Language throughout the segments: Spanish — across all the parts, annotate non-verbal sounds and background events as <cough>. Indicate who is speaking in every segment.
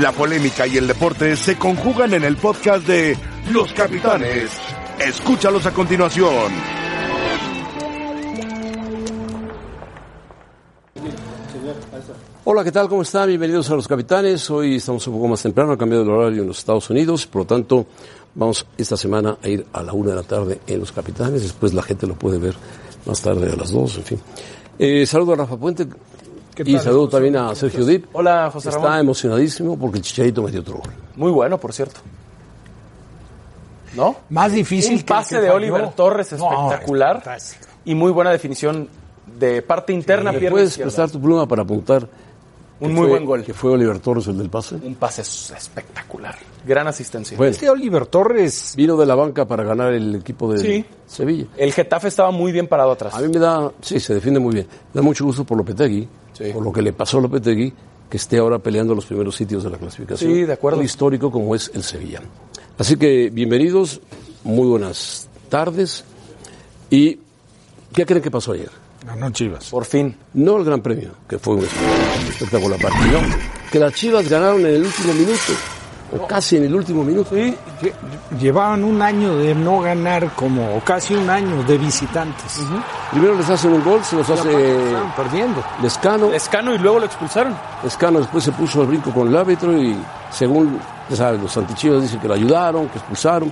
Speaker 1: La polémica y el deporte se conjugan en el podcast de Los Capitanes. Escúchalos a continuación.
Speaker 2: Hola, ¿qué tal? ¿Cómo están? Bienvenidos a Los Capitanes. Hoy estamos un poco más temprano, ha cambiado el horario en los Estados Unidos, por lo tanto, vamos esta semana a ir a la una de la tarde en Los Capitanes, después la gente lo puede ver más tarde a las dos, en fin. Eh, saludo a Rafa Puente y saludo también a Sergio Dip.
Speaker 3: Hola, José
Speaker 2: Está
Speaker 3: Ramón.
Speaker 2: emocionadísimo porque el Chicharito metió otro gol.
Speaker 3: Muy bueno, por cierto. ¿No?
Speaker 4: Más difícil
Speaker 3: Un
Speaker 4: que
Speaker 3: pase
Speaker 4: el que
Speaker 3: de
Speaker 4: falló.
Speaker 3: Oliver Torres
Speaker 4: No,
Speaker 3: espectacular
Speaker 4: fantástico.
Speaker 3: y muy buena definición de parte interna,
Speaker 2: ¿Le
Speaker 3: pierna
Speaker 2: puedes
Speaker 3: izquierda.
Speaker 2: prestar tu pluma para apuntar?
Speaker 3: Un
Speaker 2: que
Speaker 3: muy
Speaker 2: fue-
Speaker 3: buen gol.
Speaker 2: Que fue Oliver Torres el del pase.
Speaker 3: Un pase espectacular. Gran asistencia.
Speaker 2: Bueno,
Speaker 4: Este Oliver Torres,
Speaker 2: vino de la banca para ganar el equipo de
Speaker 3: Sí.
Speaker 2: Sevilla.
Speaker 3: El Getafe estaba muy bien parado atrás.
Speaker 2: A mí me da, sí, se defiende muy bien. Me da mucho gusto por Lopetegui,
Speaker 3: Sí.
Speaker 2: por lo que le pasó a Lopetegui, que esté ahora peleando los primeros sitios de la clasificación.
Speaker 3: Sí, de acuerdo.
Speaker 2: Un histórico como es el Sevilla. Así que bienvenidos, muy buenas tardes. ¿Y qué creen que pasó ayer?
Speaker 4: no, no Chivas.
Speaker 3: Por fin.
Speaker 2: No el Gran Premio, que fue un espectacular partido, que las Chivas ganaron en el último minuto, o casi en el último minuto.
Speaker 4: Lle- Llevaban un año de no ganar, como o casi un año de visitantes.
Speaker 2: Primero les hacen un gol, se los
Speaker 4: Y aparte
Speaker 2: hace
Speaker 4: estaban perdiendo.
Speaker 2: Lescano.
Speaker 3: Escano y luego lo expulsaron.
Speaker 2: Escano después se puso al brinco con el árbitro y según, ya sabes, los antichivas dicen que lo ayudaron, que expulsaron.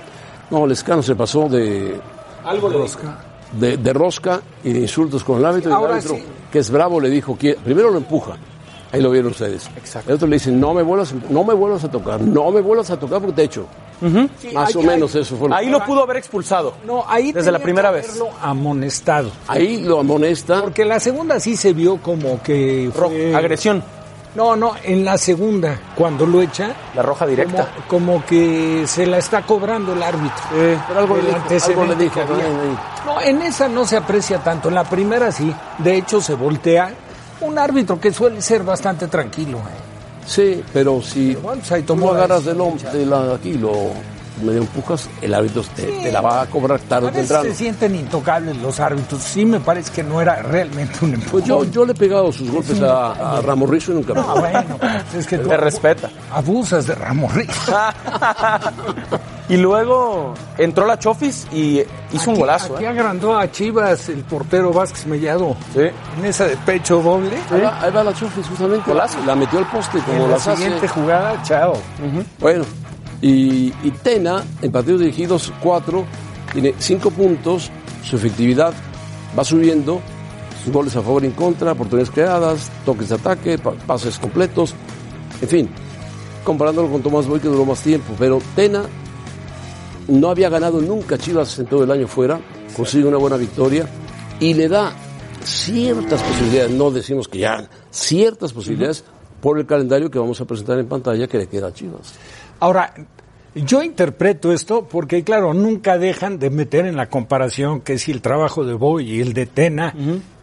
Speaker 2: No, el Escano se pasó de,
Speaker 3: Algo le
Speaker 2: de, de rosca y de insultos con el árbitro. y
Speaker 4: Ahora
Speaker 2: el árbitro,
Speaker 4: sí.
Speaker 2: que es bravo, le dijo, que primero lo empuja. Ahí lo vieron ustedes.
Speaker 3: Exacto.
Speaker 2: El otro le dice, no me vuelvas, no me vuelvas a tocar, no me vuelvas a tocar porque te echo. Más o menos eso fue. lo-
Speaker 3: Ahí lo pudo haber expulsado.
Speaker 4: No, ahí
Speaker 3: Desde la
Speaker 4: tenía
Speaker 3: primera
Speaker 4: que
Speaker 3: vez.
Speaker 4: haberlo amonestado.
Speaker 2: ahí lo amonesta.
Speaker 4: Porque la segunda sí se vio como que
Speaker 3: Ro-
Speaker 4: fue-
Speaker 3: Agresión.
Speaker 4: No, no, en la segunda, cuando lo echa,
Speaker 3: La roja directa.
Speaker 4: Como, como que se la está cobrando el árbitro.
Speaker 2: Pero algo le
Speaker 4: El
Speaker 2: dijo,
Speaker 4: antecedente
Speaker 2: algo le dijo,
Speaker 4: que había.
Speaker 2: ahí, ahí.
Speaker 4: No, en esa no se aprecia tanto. En la primera sí. De hecho, se voltea un árbitro que suele ser bastante tranquilo. eh.
Speaker 2: Sí, pero si
Speaker 4: Pero bueno, pues ahí
Speaker 2: tú
Speaker 4: tomó
Speaker 2: no
Speaker 4: la
Speaker 2: agarras del
Speaker 4: decisión,
Speaker 2: hom- de la- aquí lo medio empujas, el árbitro te, te la va a cobrar tarde
Speaker 4: A
Speaker 2: o
Speaker 4: veces
Speaker 2: temprano.
Speaker 4: se sienten intocables los árbitros. Sí, me parece que no era realmente un
Speaker 3: <laughs>
Speaker 4: empujón.
Speaker 2: Pues yo, yo le he pegado sus golpes a, a Ramos Rizzo y nunca me
Speaker 4: No, bueno, pues es que tú
Speaker 3: Le
Speaker 4: <laughs>
Speaker 3: respeta.
Speaker 4: abusas de Ramos Rizzo.
Speaker 3: y luego entró la Chofis y hizo un
Speaker 4: Aquí-
Speaker 3: golazo.
Speaker 4: Aquí
Speaker 3: ¿eh?
Speaker 4: agrandó a Chivas el portero Vázquez Mellado.
Speaker 3: Sí.
Speaker 4: En esa de pecho doble.
Speaker 2: Ahí va, ahí va la Chofis justamente.
Speaker 3: Golazo.
Speaker 2: La metió al poste como
Speaker 4: ¿eh? en la
Speaker 2: las hace.
Speaker 4: siguiente jugada, chao.
Speaker 2: Bueno, y, y Tena, en partidos dirigidos, cuatro, tiene cinco puntos, su efectividad va subiendo, sus goles a favor y en contra, oportunidades creadas, toques de ataque, pa- pases completos, en fin, comparándolo con Tomás Boy que duró más tiempo, pero Tena no había ganado nunca Chivas en todo el año fuera, consigue una buena victoria y le da ciertas posibilidades, no decimos que ya, ciertas posibilidades por el calendario que vamos a presentar en pantalla que le queda a Chivas.
Speaker 4: Ahora, yo interpreto esto porque, claro, nunca dejan de meter en la comparación que si el trabajo de Boy y el de Tena,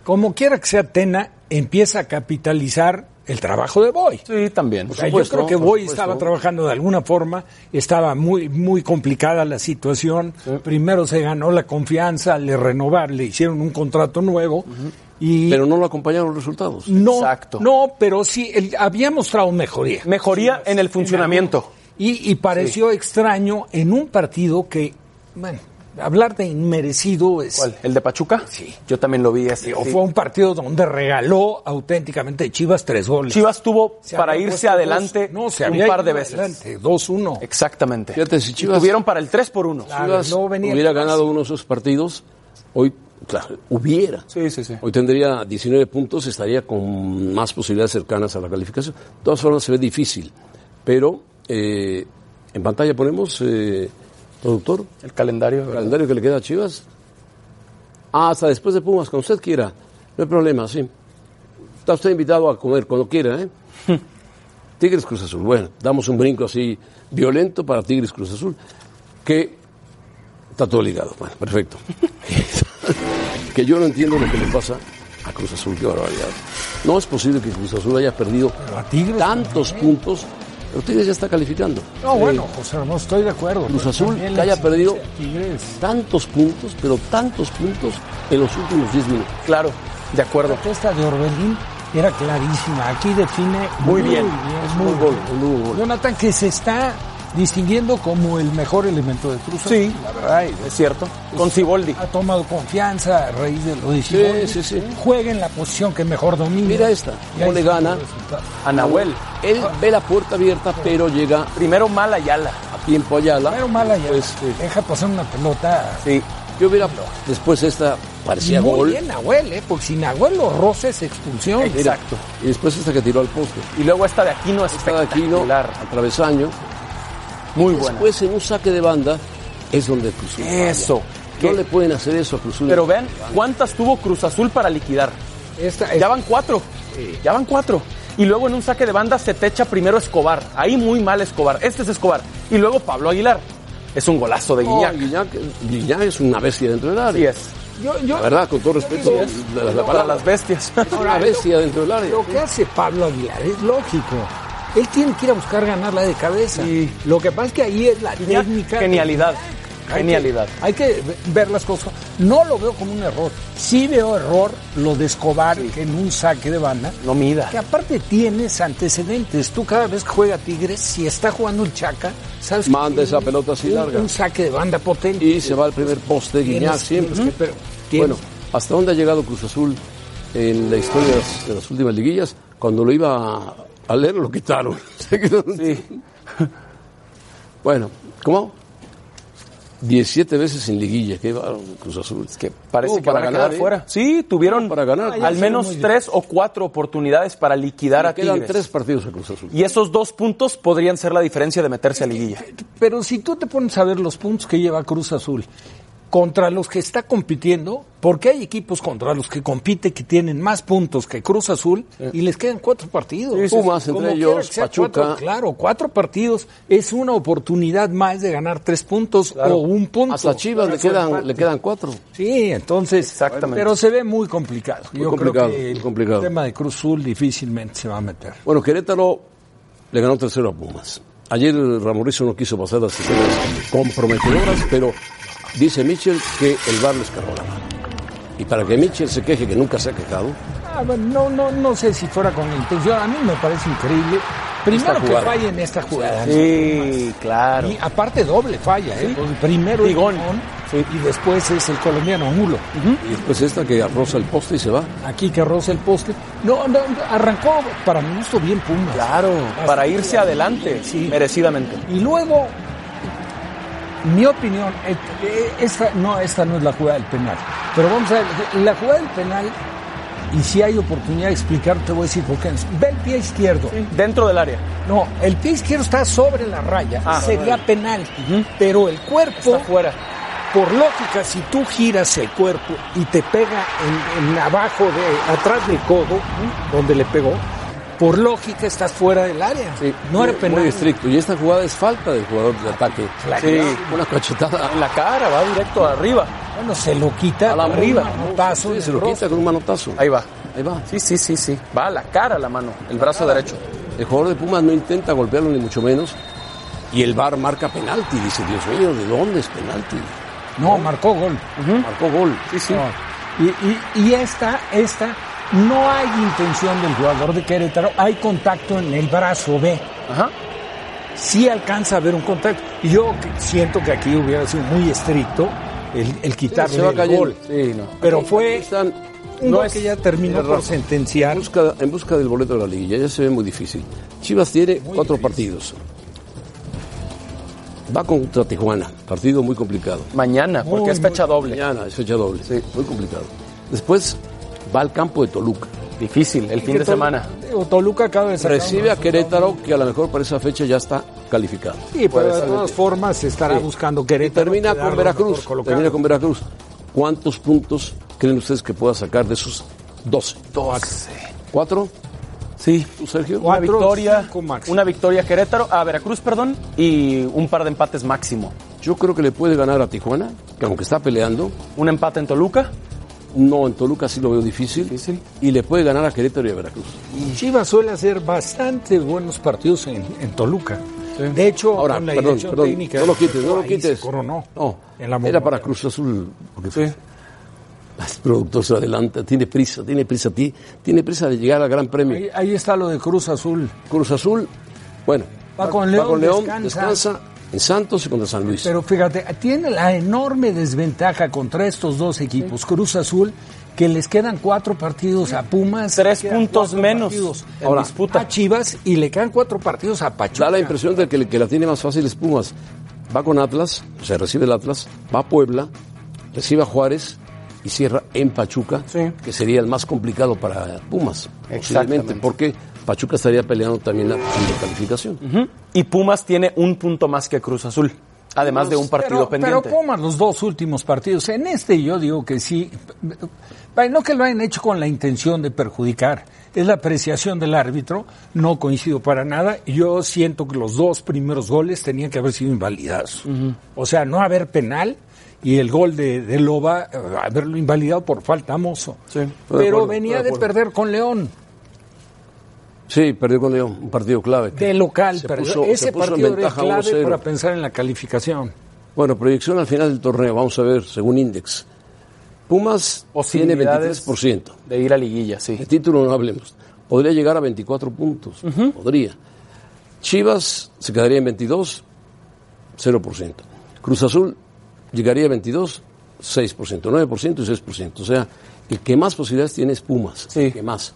Speaker 4: como quiera que sea Tena, empieza a capitalizar el trabajo de Boy.
Speaker 3: Sí, también.
Speaker 4: O sea,
Speaker 2: supuesto,
Speaker 4: yo creo que
Speaker 2: por
Speaker 4: Boy
Speaker 2: supuesto.
Speaker 4: estaba trabajando de alguna forma, estaba muy muy complicada la situación. Primero se ganó la confianza, le renovaron, le hicieron un contrato nuevo y
Speaker 2: Pero no lo acompañaron los resultados.
Speaker 4: no,
Speaker 3: Exacto.
Speaker 4: no, pero sí él había mostrado mejoría.
Speaker 3: Mejoría en el funcionamiento.
Speaker 4: Y, y pareció extraño en un partido que, bueno, hablar de inmerecido es. eh,
Speaker 3: ¿Cuál? ¿El de Pachuca? Sí. Yo también lo vi ese.
Speaker 4: o
Speaker 3: sí.
Speaker 4: Fue un partido donde regaló auténticamente Chivas tres goles.
Speaker 3: Chivas tuvo
Speaker 4: Se
Speaker 3: para
Speaker 4: había
Speaker 3: irse
Speaker 4: puesto
Speaker 3: adelante
Speaker 4: dos- no, se
Speaker 3: un
Speaker 4: había
Speaker 3: par de
Speaker 4: ido
Speaker 3: veces.
Speaker 4: adelante, 2-1.
Speaker 3: Exactamente.
Speaker 2: Fíjate, si
Speaker 3: Y
Speaker 2: Chivas-
Speaker 3: tuvieron para el 3 por 1.
Speaker 4: Claro.
Speaker 2: Chivas
Speaker 4: no venía
Speaker 2: hubiera
Speaker 4: fácil.
Speaker 2: ganado uno de esos partidos, hoy, claro, hubiera.
Speaker 3: Sí, sí, sí.
Speaker 2: Hoy tendría 19 puntos, estaría con más posibilidades cercanas a la calificación. De todas formas, se ve difícil. Pero eh, en pantalla ponemos, eh, productor,
Speaker 3: El calendario.
Speaker 2: el
Speaker 3: ¿verdad?
Speaker 2: calendario que le queda a Chivas. Ah, hasta después de Pumas, cuando usted quiera. No hay problema, sí. Está usted invitado a comer cuando quiera, ¿eh? <laughs> Tigres Cruz Azul. Bueno, damos un brinco así violento para Tigres Cruz Azul, que está todo ligado. Bueno, perfecto. <laughs> que yo no entiendo lo que le pasa a Cruz Azul, qué barbaridad. No es posible que Cruz Azul haya perdido
Speaker 4: Pero a Tigres
Speaker 2: tantos puntos, pero Tigres ya está calificando.
Speaker 4: No, bueno, José Ramón, estoy de acuerdo.
Speaker 2: Cruz
Speaker 4: Pero
Speaker 2: Azul
Speaker 4: también
Speaker 2: que
Speaker 4: la
Speaker 2: haya perdido
Speaker 4: exigencia de Tigres.
Speaker 2: tantos puntos, pero tantos puntos en los últimos 10 minutos.
Speaker 3: Claro, de acuerdo.
Speaker 4: La protesta de Orbelín era clarísima. Aquí define
Speaker 3: Muy bien.
Speaker 2: Es
Speaker 4: muy
Speaker 2: un gol, un nuevo gol.
Speaker 4: Jonathan que se está distinguiendo como el mejor elemento de Cruz Azul.
Speaker 3: Sí, ay, es cierto. Con Ciboldi.
Speaker 4: Ha tomado confianza a raíz de lo de
Speaker 2: Sí,
Speaker 4: Siboldi.
Speaker 2: sí, sí.
Speaker 4: Juega en la posición que mejor domina.
Speaker 2: Mira esta,
Speaker 4: Y
Speaker 2: cómo
Speaker 4: ahí
Speaker 2: le
Speaker 4: está
Speaker 2: gana.
Speaker 4: el resultado.
Speaker 3: A Nahuel.
Speaker 2: Él ve la puerta abierta, pero llega
Speaker 3: Primero Mala y Ala.
Speaker 2: a tiempo Ayala.
Speaker 4: Pero mala ya.
Speaker 2: Pues, eh,
Speaker 4: Deja pasar una pelota.
Speaker 3: Sí.
Speaker 2: yo hubiera, después esta parecía
Speaker 4: Muy
Speaker 2: gol.
Speaker 4: bien Nahuel, ¿eh? porque si Nahuel lo roza es expulsión.
Speaker 2: Mira, Y después esta que tiró al poste.
Speaker 3: Y luego esta de Aquino
Speaker 2: Estaba Aquino
Speaker 3: espectacular.
Speaker 2: a travesaño.
Speaker 3: Muy buena.
Speaker 2: Después en un saque de banda es donde Cruz Azul falla.
Speaker 3: Eso.
Speaker 2: No
Speaker 3: Que-
Speaker 2: le pueden hacer eso a Cruz Azul.
Speaker 3: Pero vean cuántas tuvo Cruz Azul para liquidar.
Speaker 4: Esta,
Speaker 2: Eh,
Speaker 3: Ya van cuatro. Ya van cuatro. Y luego en un saque de banda se te echa primero Escobar. Ahí muy mal Escobar. Este es Escobar. Y luego Pablo Aguilar. Es un golazo de
Speaker 2: No,
Speaker 3: Guiñac.
Speaker 2: Guiñac, Guiñac es una bestia dentro del
Speaker 3: Así
Speaker 2: área.
Speaker 3: es.
Speaker 4: yo, yo-
Speaker 2: La verdad, con todo respeto, la, la
Speaker 3: Para
Speaker 2: palabra
Speaker 3: las bestias.
Speaker 2: es una bestia dentro del área.
Speaker 4: Lo que hace Pablo Aguilar es lógico. Él tiene que ir a buscar ganarla de cabeza.
Speaker 3: Sí.
Speaker 4: Lo que pasa es que ahí es la técnica.
Speaker 3: Genialidad. Genialidad.
Speaker 4: Hay que ver las cosas. No lo veo como un error. Sí veo error lo de Escobar en un saque de banda.
Speaker 3: <laughs> No mida.
Speaker 4: Que aparte tienes antecedentes. Tú cada vez que juega Tigres, si está jugando el Chaca, sabes que
Speaker 2: Manda
Speaker 4: tiene
Speaker 2: esa pelota así
Speaker 4: un-
Speaker 2: larga.
Speaker 4: Un saque de banda potente.
Speaker 2: Y se va al primer poste Guiñac
Speaker 4: Tienes-
Speaker 2: siempre.
Speaker 4: tienes que- pero tienes-
Speaker 2: bueno, ¿hasta dónde ha llegado Cruz Azul en la historia de las, de las últimas liguillas? Cuando lo iba a- a leer lo quitaron. <laughs> Se quedó- <laughs> Bueno, ¿cómo? 17 veces en liguilla, que va Cruz Azul. Es que
Speaker 3: Parece que van a Uh, quedar
Speaker 2: ¿eh?
Speaker 3: fuera. Sí, tuvieron
Speaker 2: Para ganar. Ah, ya
Speaker 3: al
Speaker 2: sí,
Speaker 3: menos tres o cuatro oportunidades para liquidar a
Speaker 2: quedan
Speaker 3: Tigres.
Speaker 2: tres partidos a Cruz Azul.
Speaker 3: Y esos dos puntos podrían ser la diferencia de meterse a liguilla.
Speaker 4: Pero si tú te pones a ver los puntos que lleva Cruz Azul contra los que está compitiendo, porque hay equipos contra los que compite que tienen más puntos que Cruz Azul y les quedan cuatro partidos.
Speaker 2: Sí, sí, Pumas, entre
Speaker 4: Como
Speaker 2: ellos,
Speaker 4: quiera que sea,
Speaker 2: Pachuca.
Speaker 4: cuatro, claro, cuatro partidos es una oportunidad más de ganar tres puntos o un punto.
Speaker 2: Hasta Chivas le quedan, le quedan cuatro.
Speaker 4: Sí, entonces,
Speaker 3: Exactamente.
Speaker 4: pero se ve muy complicado.
Speaker 2: Muy
Speaker 4: Yo
Speaker 2: complicado,
Speaker 4: creo que
Speaker 2: muy complicado.
Speaker 4: el tema de Cruz Azul difícilmente se va a meter.
Speaker 2: Bueno, Querétaro le ganó tercero a Pumas. Ayer Ramorizo no quiso pasar las escenas comprometedoras, pero dice Mitchell que el bar les cargó la mano. Y para que Mitchell se queje que nunca se ha quejado,
Speaker 4: Ah, bueno, no, no, no sé si fuera con la intención. A mí me parece increíble. Primero
Speaker 2: Esta
Speaker 4: que
Speaker 2: jugada.
Speaker 4: falla en esta jugada.
Speaker 3: Sí, claro.
Speaker 4: Y aparte doble falla, ¿eh? Porque primero es
Speaker 3: Bigón.
Speaker 4: Bigón, y después es el colombiano Mulo.
Speaker 2: y después esta que arroza el poste y se va.
Speaker 4: Aquí que roza el poste. No, no, no, arrancó para mi gusto bien Pumas.
Speaker 3: Claro, para irse adelante,
Speaker 4: Sí.
Speaker 3: merecidamente.
Speaker 4: Y luego, mi opinión, eh, eh, esta no, esta no es la jugada del penal. Pero vamos a ver, la jugada del penal, y si hay oportunidad de explicar, te voy a decir por qué. Ve el pie izquierdo.
Speaker 3: Dentro del área.
Speaker 4: No, el pie izquierdo está sobre la raya,
Speaker 3: Ah.
Speaker 4: sería penal, pero el cuerpo,
Speaker 3: Está fuera.
Speaker 4: por lógica, si tú giras el cuerpo y te pega en, en abajo de, atrás del codo, donde le pegó, por lógica estás fuera del área.
Speaker 2: Sí,
Speaker 4: no
Speaker 2: eh,
Speaker 4: era
Speaker 2: muy-
Speaker 4: penal.
Speaker 2: Muy estricto. Y esta jugada es falta del jugador de ataque.
Speaker 3: Sí.
Speaker 2: Una cachetada
Speaker 3: En la cara, va directo arriba.
Speaker 4: Bueno, se lo quita
Speaker 2: a la
Speaker 4: con
Speaker 2: arriba.
Speaker 4: un manotazo
Speaker 2: Sí, se
Speaker 4: en
Speaker 2: lo
Speaker 4: el
Speaker 2: quita con un manotazo.
Speaker 3: Ahí va.
Speaker 2: Ahí va.
Speaker 3: Sí, sí, sí, sí. Va a la cara la mano, el brazo derecho.
Speaker 2: El jugador de Pumas no intenta golpearlo ni mucho menos. Y el VAR marca penalti. Dice, Dios mío, ¿de dónde es penalti?
Speaker 4: rostro. No, marcó gol.
Speaker 2: Marcó gol.
Speaker 3: Sí, sí.
Speaker 4: No. Y, y- y esta, esta, no hay intención del jugador de Querétaro, hay contacto en el brazo, ve.
Speaker 3: Ajá.
Speaker 4: sí alcanza a haber un contacto. Y Yo que- siento que aquí hubiera sido muy estricto el, el quitarle
Speaker 2: se va
Speaker 4: el
Speaker 2: cayendo.
Speaker 4: gol.
Speaker 2: Sí, no.
Speaker 4: Pero
Speaker 2: Aquí-
Speaker 4: fue
Speaker 2: aquí están-
Speaker 4: un
Speaker 2: no
Speaker 4: gol
Speaker 2: es-
Speaker 4: que ya terminó
Speaker 2: Mira,
Speaker 4: por
Speaker 2: Rafa,
Speaker 4: sentenciar.
Speaker 2: En busca, en busca del boleto de la liguilla, ya se ve muy difícil. Chivas tiene cuatro partidos. Va contra Tijuana, partido muy complicado.
Speaker 3: Mañana, porque
Speaker 4: Muy,
Speaker 3: es fecha doble.
Speaker 2: Mañana es fecha doble, muy complicado. Después va al campo de Toluca.
Speaker 3: Difícil, el fin
Speaker 4: Que
Speaker 3: de
Speaker 4: Tol-
Speaker 3: semana.
Speaker 4: o Toluca acaba de sacar
Speaker 2: Recibe a
Speaker 4: unos-
Speaker 2: Querétaro, que a lo mejor para esa fecha ya está calificado.
Speaker 4: Sí, pero de todas formas estará buscando Querétaro.
Speaker 2: Termina
Speaker 4: quedar
Speaker 2: con
Speaker 4: lo
Speaker 2: Veracruz.
Speaker 4: mejor colocado.
Speaker 2: Termina con Veracruz. ¿Cuántos puntos creen ustedes que pueda sacar de sus 12? 12. ¿Cuatro?
Speaker 3: Sí.
Speaker 2: ¿Tú, Sergio?
Speaker 4: Cuatro.
Speaker 3: Una victoria,
Speaker 4: cinco máximo.
Speaker 3: una victoria a Querétaro, a Veracruz, perdón, y un par de empates máximo.
Speaker 2: Yo creo que le puede ganar a Tijuana, que aunque está peleando,
Speaker 3: Un empate en Toluca.
Speaker 2: no, en Toluca sí lo veo difícil.
Speaker 3: Difícil.
Speaker 2: Y le puede ganar a Querétaro y a Veracruz.
Speaker 4: Chivas suele hacer bastante buenos partidos en, en Toluca. De hecho,
Speaker 2: Ahora,
Speaker 4: con la
Speaker 2: perdón,
Speaker 4: dirección
Speaker 2: perdón,
Speaker 4: técnica.
Speaker 2: no lo quites, no lo
Speaker 4: ahí se
Speaker 2: quites.
Speaker 4: coronó.
Speaker 2: No,
Speaker 4: En la
Speaker 2: era para <laughs>
Speaker 4: bombonera.
Speaker 2: Cruz Azul. porque El productor se adelanta, tiene prisa, tiene prisa, ti- tiene prisa de llegar al Gran Premio.
Speaker 4: Ahí, ahí está lo de Cruz Azul.
Speaker 2: Cruz Azul, bueno,
Speaker 4: Va con León, descansa.
Speaker 2: descansa en Santos y contra San Luis.
Speaker 4: Pero fíjate, tiene la enorme desventaja contra estos dos equipos, Cruz Azul, que les quedan cuatro partidos a Pumas.
Speaker 3: Tres
Speaker 4: quedan
Speaker 3: puntos
Speaker 4: cuatro
Speaker 3: menos
Speaker 4: partidos
Speaker 3: en
Speaker 4: Ahora,
Speaker 3: disputa.
Speaker 4: A Chivas y le quedan cuatro partidos a
Speaker 2: Da
Speaker 4: Pachuca.
Speaker 2: la impresión de que, el que la tiene más fácil es Pumas. Va con Atlas, se recibe el Atlas, va a Puebla, recibe a Juárez y cierra en Pachuca,
Speaker 3: Sí.
Speaker 2: que sería el más complicado para Pumas, posiblemente,
Speaker 5: Exactamente.
Speaker 2: porque Pachuca estaría peleando también la la calificación.
Speaker 3: Y Pumas tiene un punto más que Cruz Azul, además de un partido
Speaker 4: Pues, pero,
Speaker 3: pendiente.
Speaker 4: Pero Pumas los dos últimos partidos. En este yo digo que sí. Vaya, No que lo hayan hecho con la intención de perjudicar. Es la apreciación del árbitro. No coincido para nada. Yo siento que los dos primeros goles tenían que haber sido invalidados. O sea, no haber penal y el gol de, de Loba eh, haberlo invalidado por falta a Mozo.
Speaker 3: Sí, estoy de
Speaker 4: pero
Speaker 2: acuerdo,
Speaker 4: venía
Speaker 2: estoy de
Speaker 4: de,
Speaker 2: acuerdo.
Speaker 4: perder con León.
Speaker 2: Sí, perdió con León, un partido clave.
Speaker 4: De local.
Speaker 2: Se
Speaker 4: pero
Speaker 2: puso-
Speaker 4: ese
Speaker 2: se puso en
Speaker 4: partido era
Speaker 2: ventaja
Speaker 4: clave
Speaker 2: 1-0.
Speaker 4: para pensar en la calificación.
Speaker 2: Bueno, proyección al final del torneo, vamos a ver, según Index. Pumas tiene
Speaker 3: Posibilidades
Speaker 2: 23%.
Speaker 3: De ir a liguilla, sí.
Speaker 2: El título no hablemos. Podría llegar a 24 puntos. Podría. Chivas se quedaría en 22, 0%. Cruz Azul llegaría a 22, 6%. 9% y 6%. O sea, el que más posibilidades tiene es Pumas.
Speaker 3: Sí.
Speaker 2: El que más.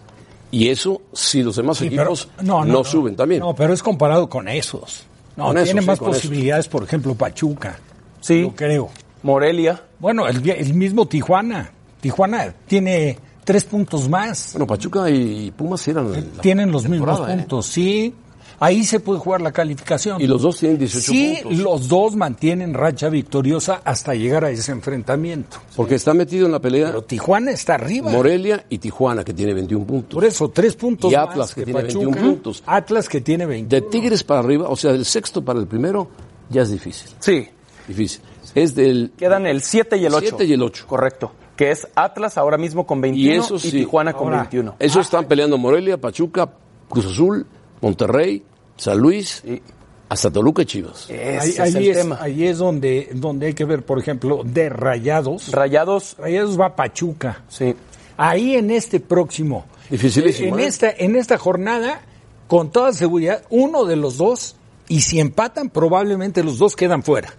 Speaker 2: Y eso si los demás
Speaker 4: Sí, pero-
Speaker 2: equipos no, suben también.
Speaker 4: No, pero es comparado con esos. No,
Speaker 2: Con
Speaker 4: tiene
Speaker 2: esos, sí,
Speaker 4: más
Speaker 2: con esos.
Speaker 4: posibilidades, por ejemplo, Pachuca.
Speaker 3: Sí.
Speaker 4: Yo creo.
Speaker 3: Morelia.
Speaker 4: Bueno, el, el mismo Tijuana. Tijuana tiene tres puntos más.
Speaker 2: Bueno, Pachuca y Pumas eran... la
Speaker 4: Tienen los mismos
Speaker 2: temporada, ¿eh?
Speaker 4: puntos, sí. Ahí se puede jugar la calificación.
Speaker 2: Y los dos tienen 18
Speaker 4: sí,
Speaker 2: puntos.
Speaker 4: los dos mantienen racha victoriosa hasta llegar a ese enfrentamiento.
Speaker 2: Porque está metido en la pelea
Speaker 4: Pero Tijuana está arriba.
Speaker 2: Morelia y Tijuana, que tiene 21 puntos.
Speaker 4: Por eso, tres puntos
Speaker 2: Y
Speaker 4: más
Speaker 2: Atlas, que tiene
Speaker 4: Pachuca.
Speaker 2: 21 puntos.
Speaker 4: Atlas que tiene 20.
Speaker 2: De Tigres para arriba, o sea, del sexto para el primero, ya es difícil.
Speaker 3: Sí.
Speaker 2: Difícil. Es del.
Speaker 3: Quedan el 7 y el 8.
Speaker 2: Siete y el ocho.
Speaker 3: Correcto. Que es Atlas ahora mismo con 21 y,
Speaker 2: eso sí.
Speaker 3: Tijuana con
Speaker 4: Ahora,
Speaker 3: 21.
Speaker 2: Eso están peleando Morelia, Pachuca, Cruz Azul, Monterrey, San Luis,
Speaker 3: Sí.
Speaker 2: hasta Toluca y Chivas.
Speaker 3: Eh, Ese
Speaker 4: Ahí,
Speaker 3: es
Speaker 4: ahí
Speaker 3: el
Speaker 4: es,
Speaker 3: tema.
Speaker 4: ahí es donde, donde hay que ver, por ejemplo, de Rayados.
Speaker 3: Rayados.
Speaker 4: Rayados va a Pachuca.
Speaker 3: Sí.
Speaker 4: Ahí en este próximo.
Speaker 2: Dificilísimo.
Speaker 4: En
Speaker 2: ¿eh?
Speaker 4: esta, en esta jornada, con toda seguridad, uno de los dos, y si empatan, probablemente los dos quedan fuera.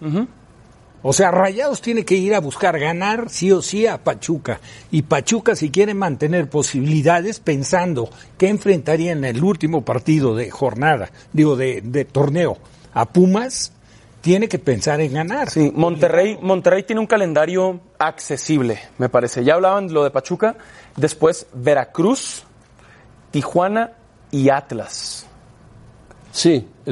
Speaker 4: O sea, Rayados tiene que ir a buscar ganar sí o sí a Pachuca. Y Pachuca, si quiere mantener posibilidades, pensando que enfrentaría en el último partido de jornada, digo, de, de torneo, a Pumas, tiene que pensar en ganar.
Speaker 3: Sí, Monterrey, Monterrey tiene un calendario accesible, me parece. Ya hablaban lo de Pachuca, después Veracruz, Tijuana y Atlas.
Speaker 2: Sí. el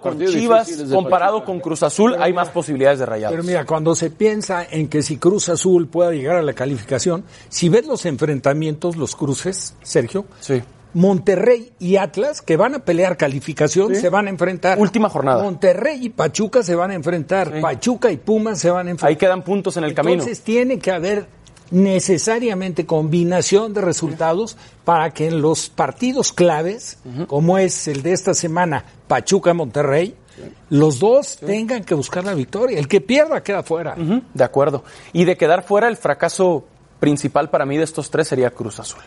Speaker 2: partido- el
Speaker 3: con
Speaker 2: partido
Speaker 3: Chivas,
Speaker 2: difícil es de
Speaker 3: comparado
Speaker 2: Pachuca.
Speaker 3: con Cruz Azul, hay más posibilidades de rayados.
Speaker 4: Pero mira, cuando se piensa en que si Cruz Azul pueda llegar a la calificación, si ves los enfrentamientos, los cruces, Sergio,
Speaker 3: Sí.
Speaker 4: Monterrey y Atlas, que van a pelear calificación, se van a enfrentar.
Speaker 3: Última jornada.
Speaker 4: Monterrey y Pachuca se van a enfrentar. Pachuca y Pumas se van a enfrentar.
Speaker 3: Ahí quedan puntos en el camino.
Speaker 4: Entonces tiene que haber necesariamente combinación de resultados para que en los partidos claves, como es el de esta semana, Pachuca-Monterrey, los dos tengan que buscar la victoria. El que pierda queda fuera.
Speaker 3: Ujú, De acuerdo. Y de quedar fuera, el fracaso principal para mí de estos tres sería Cruz Azul.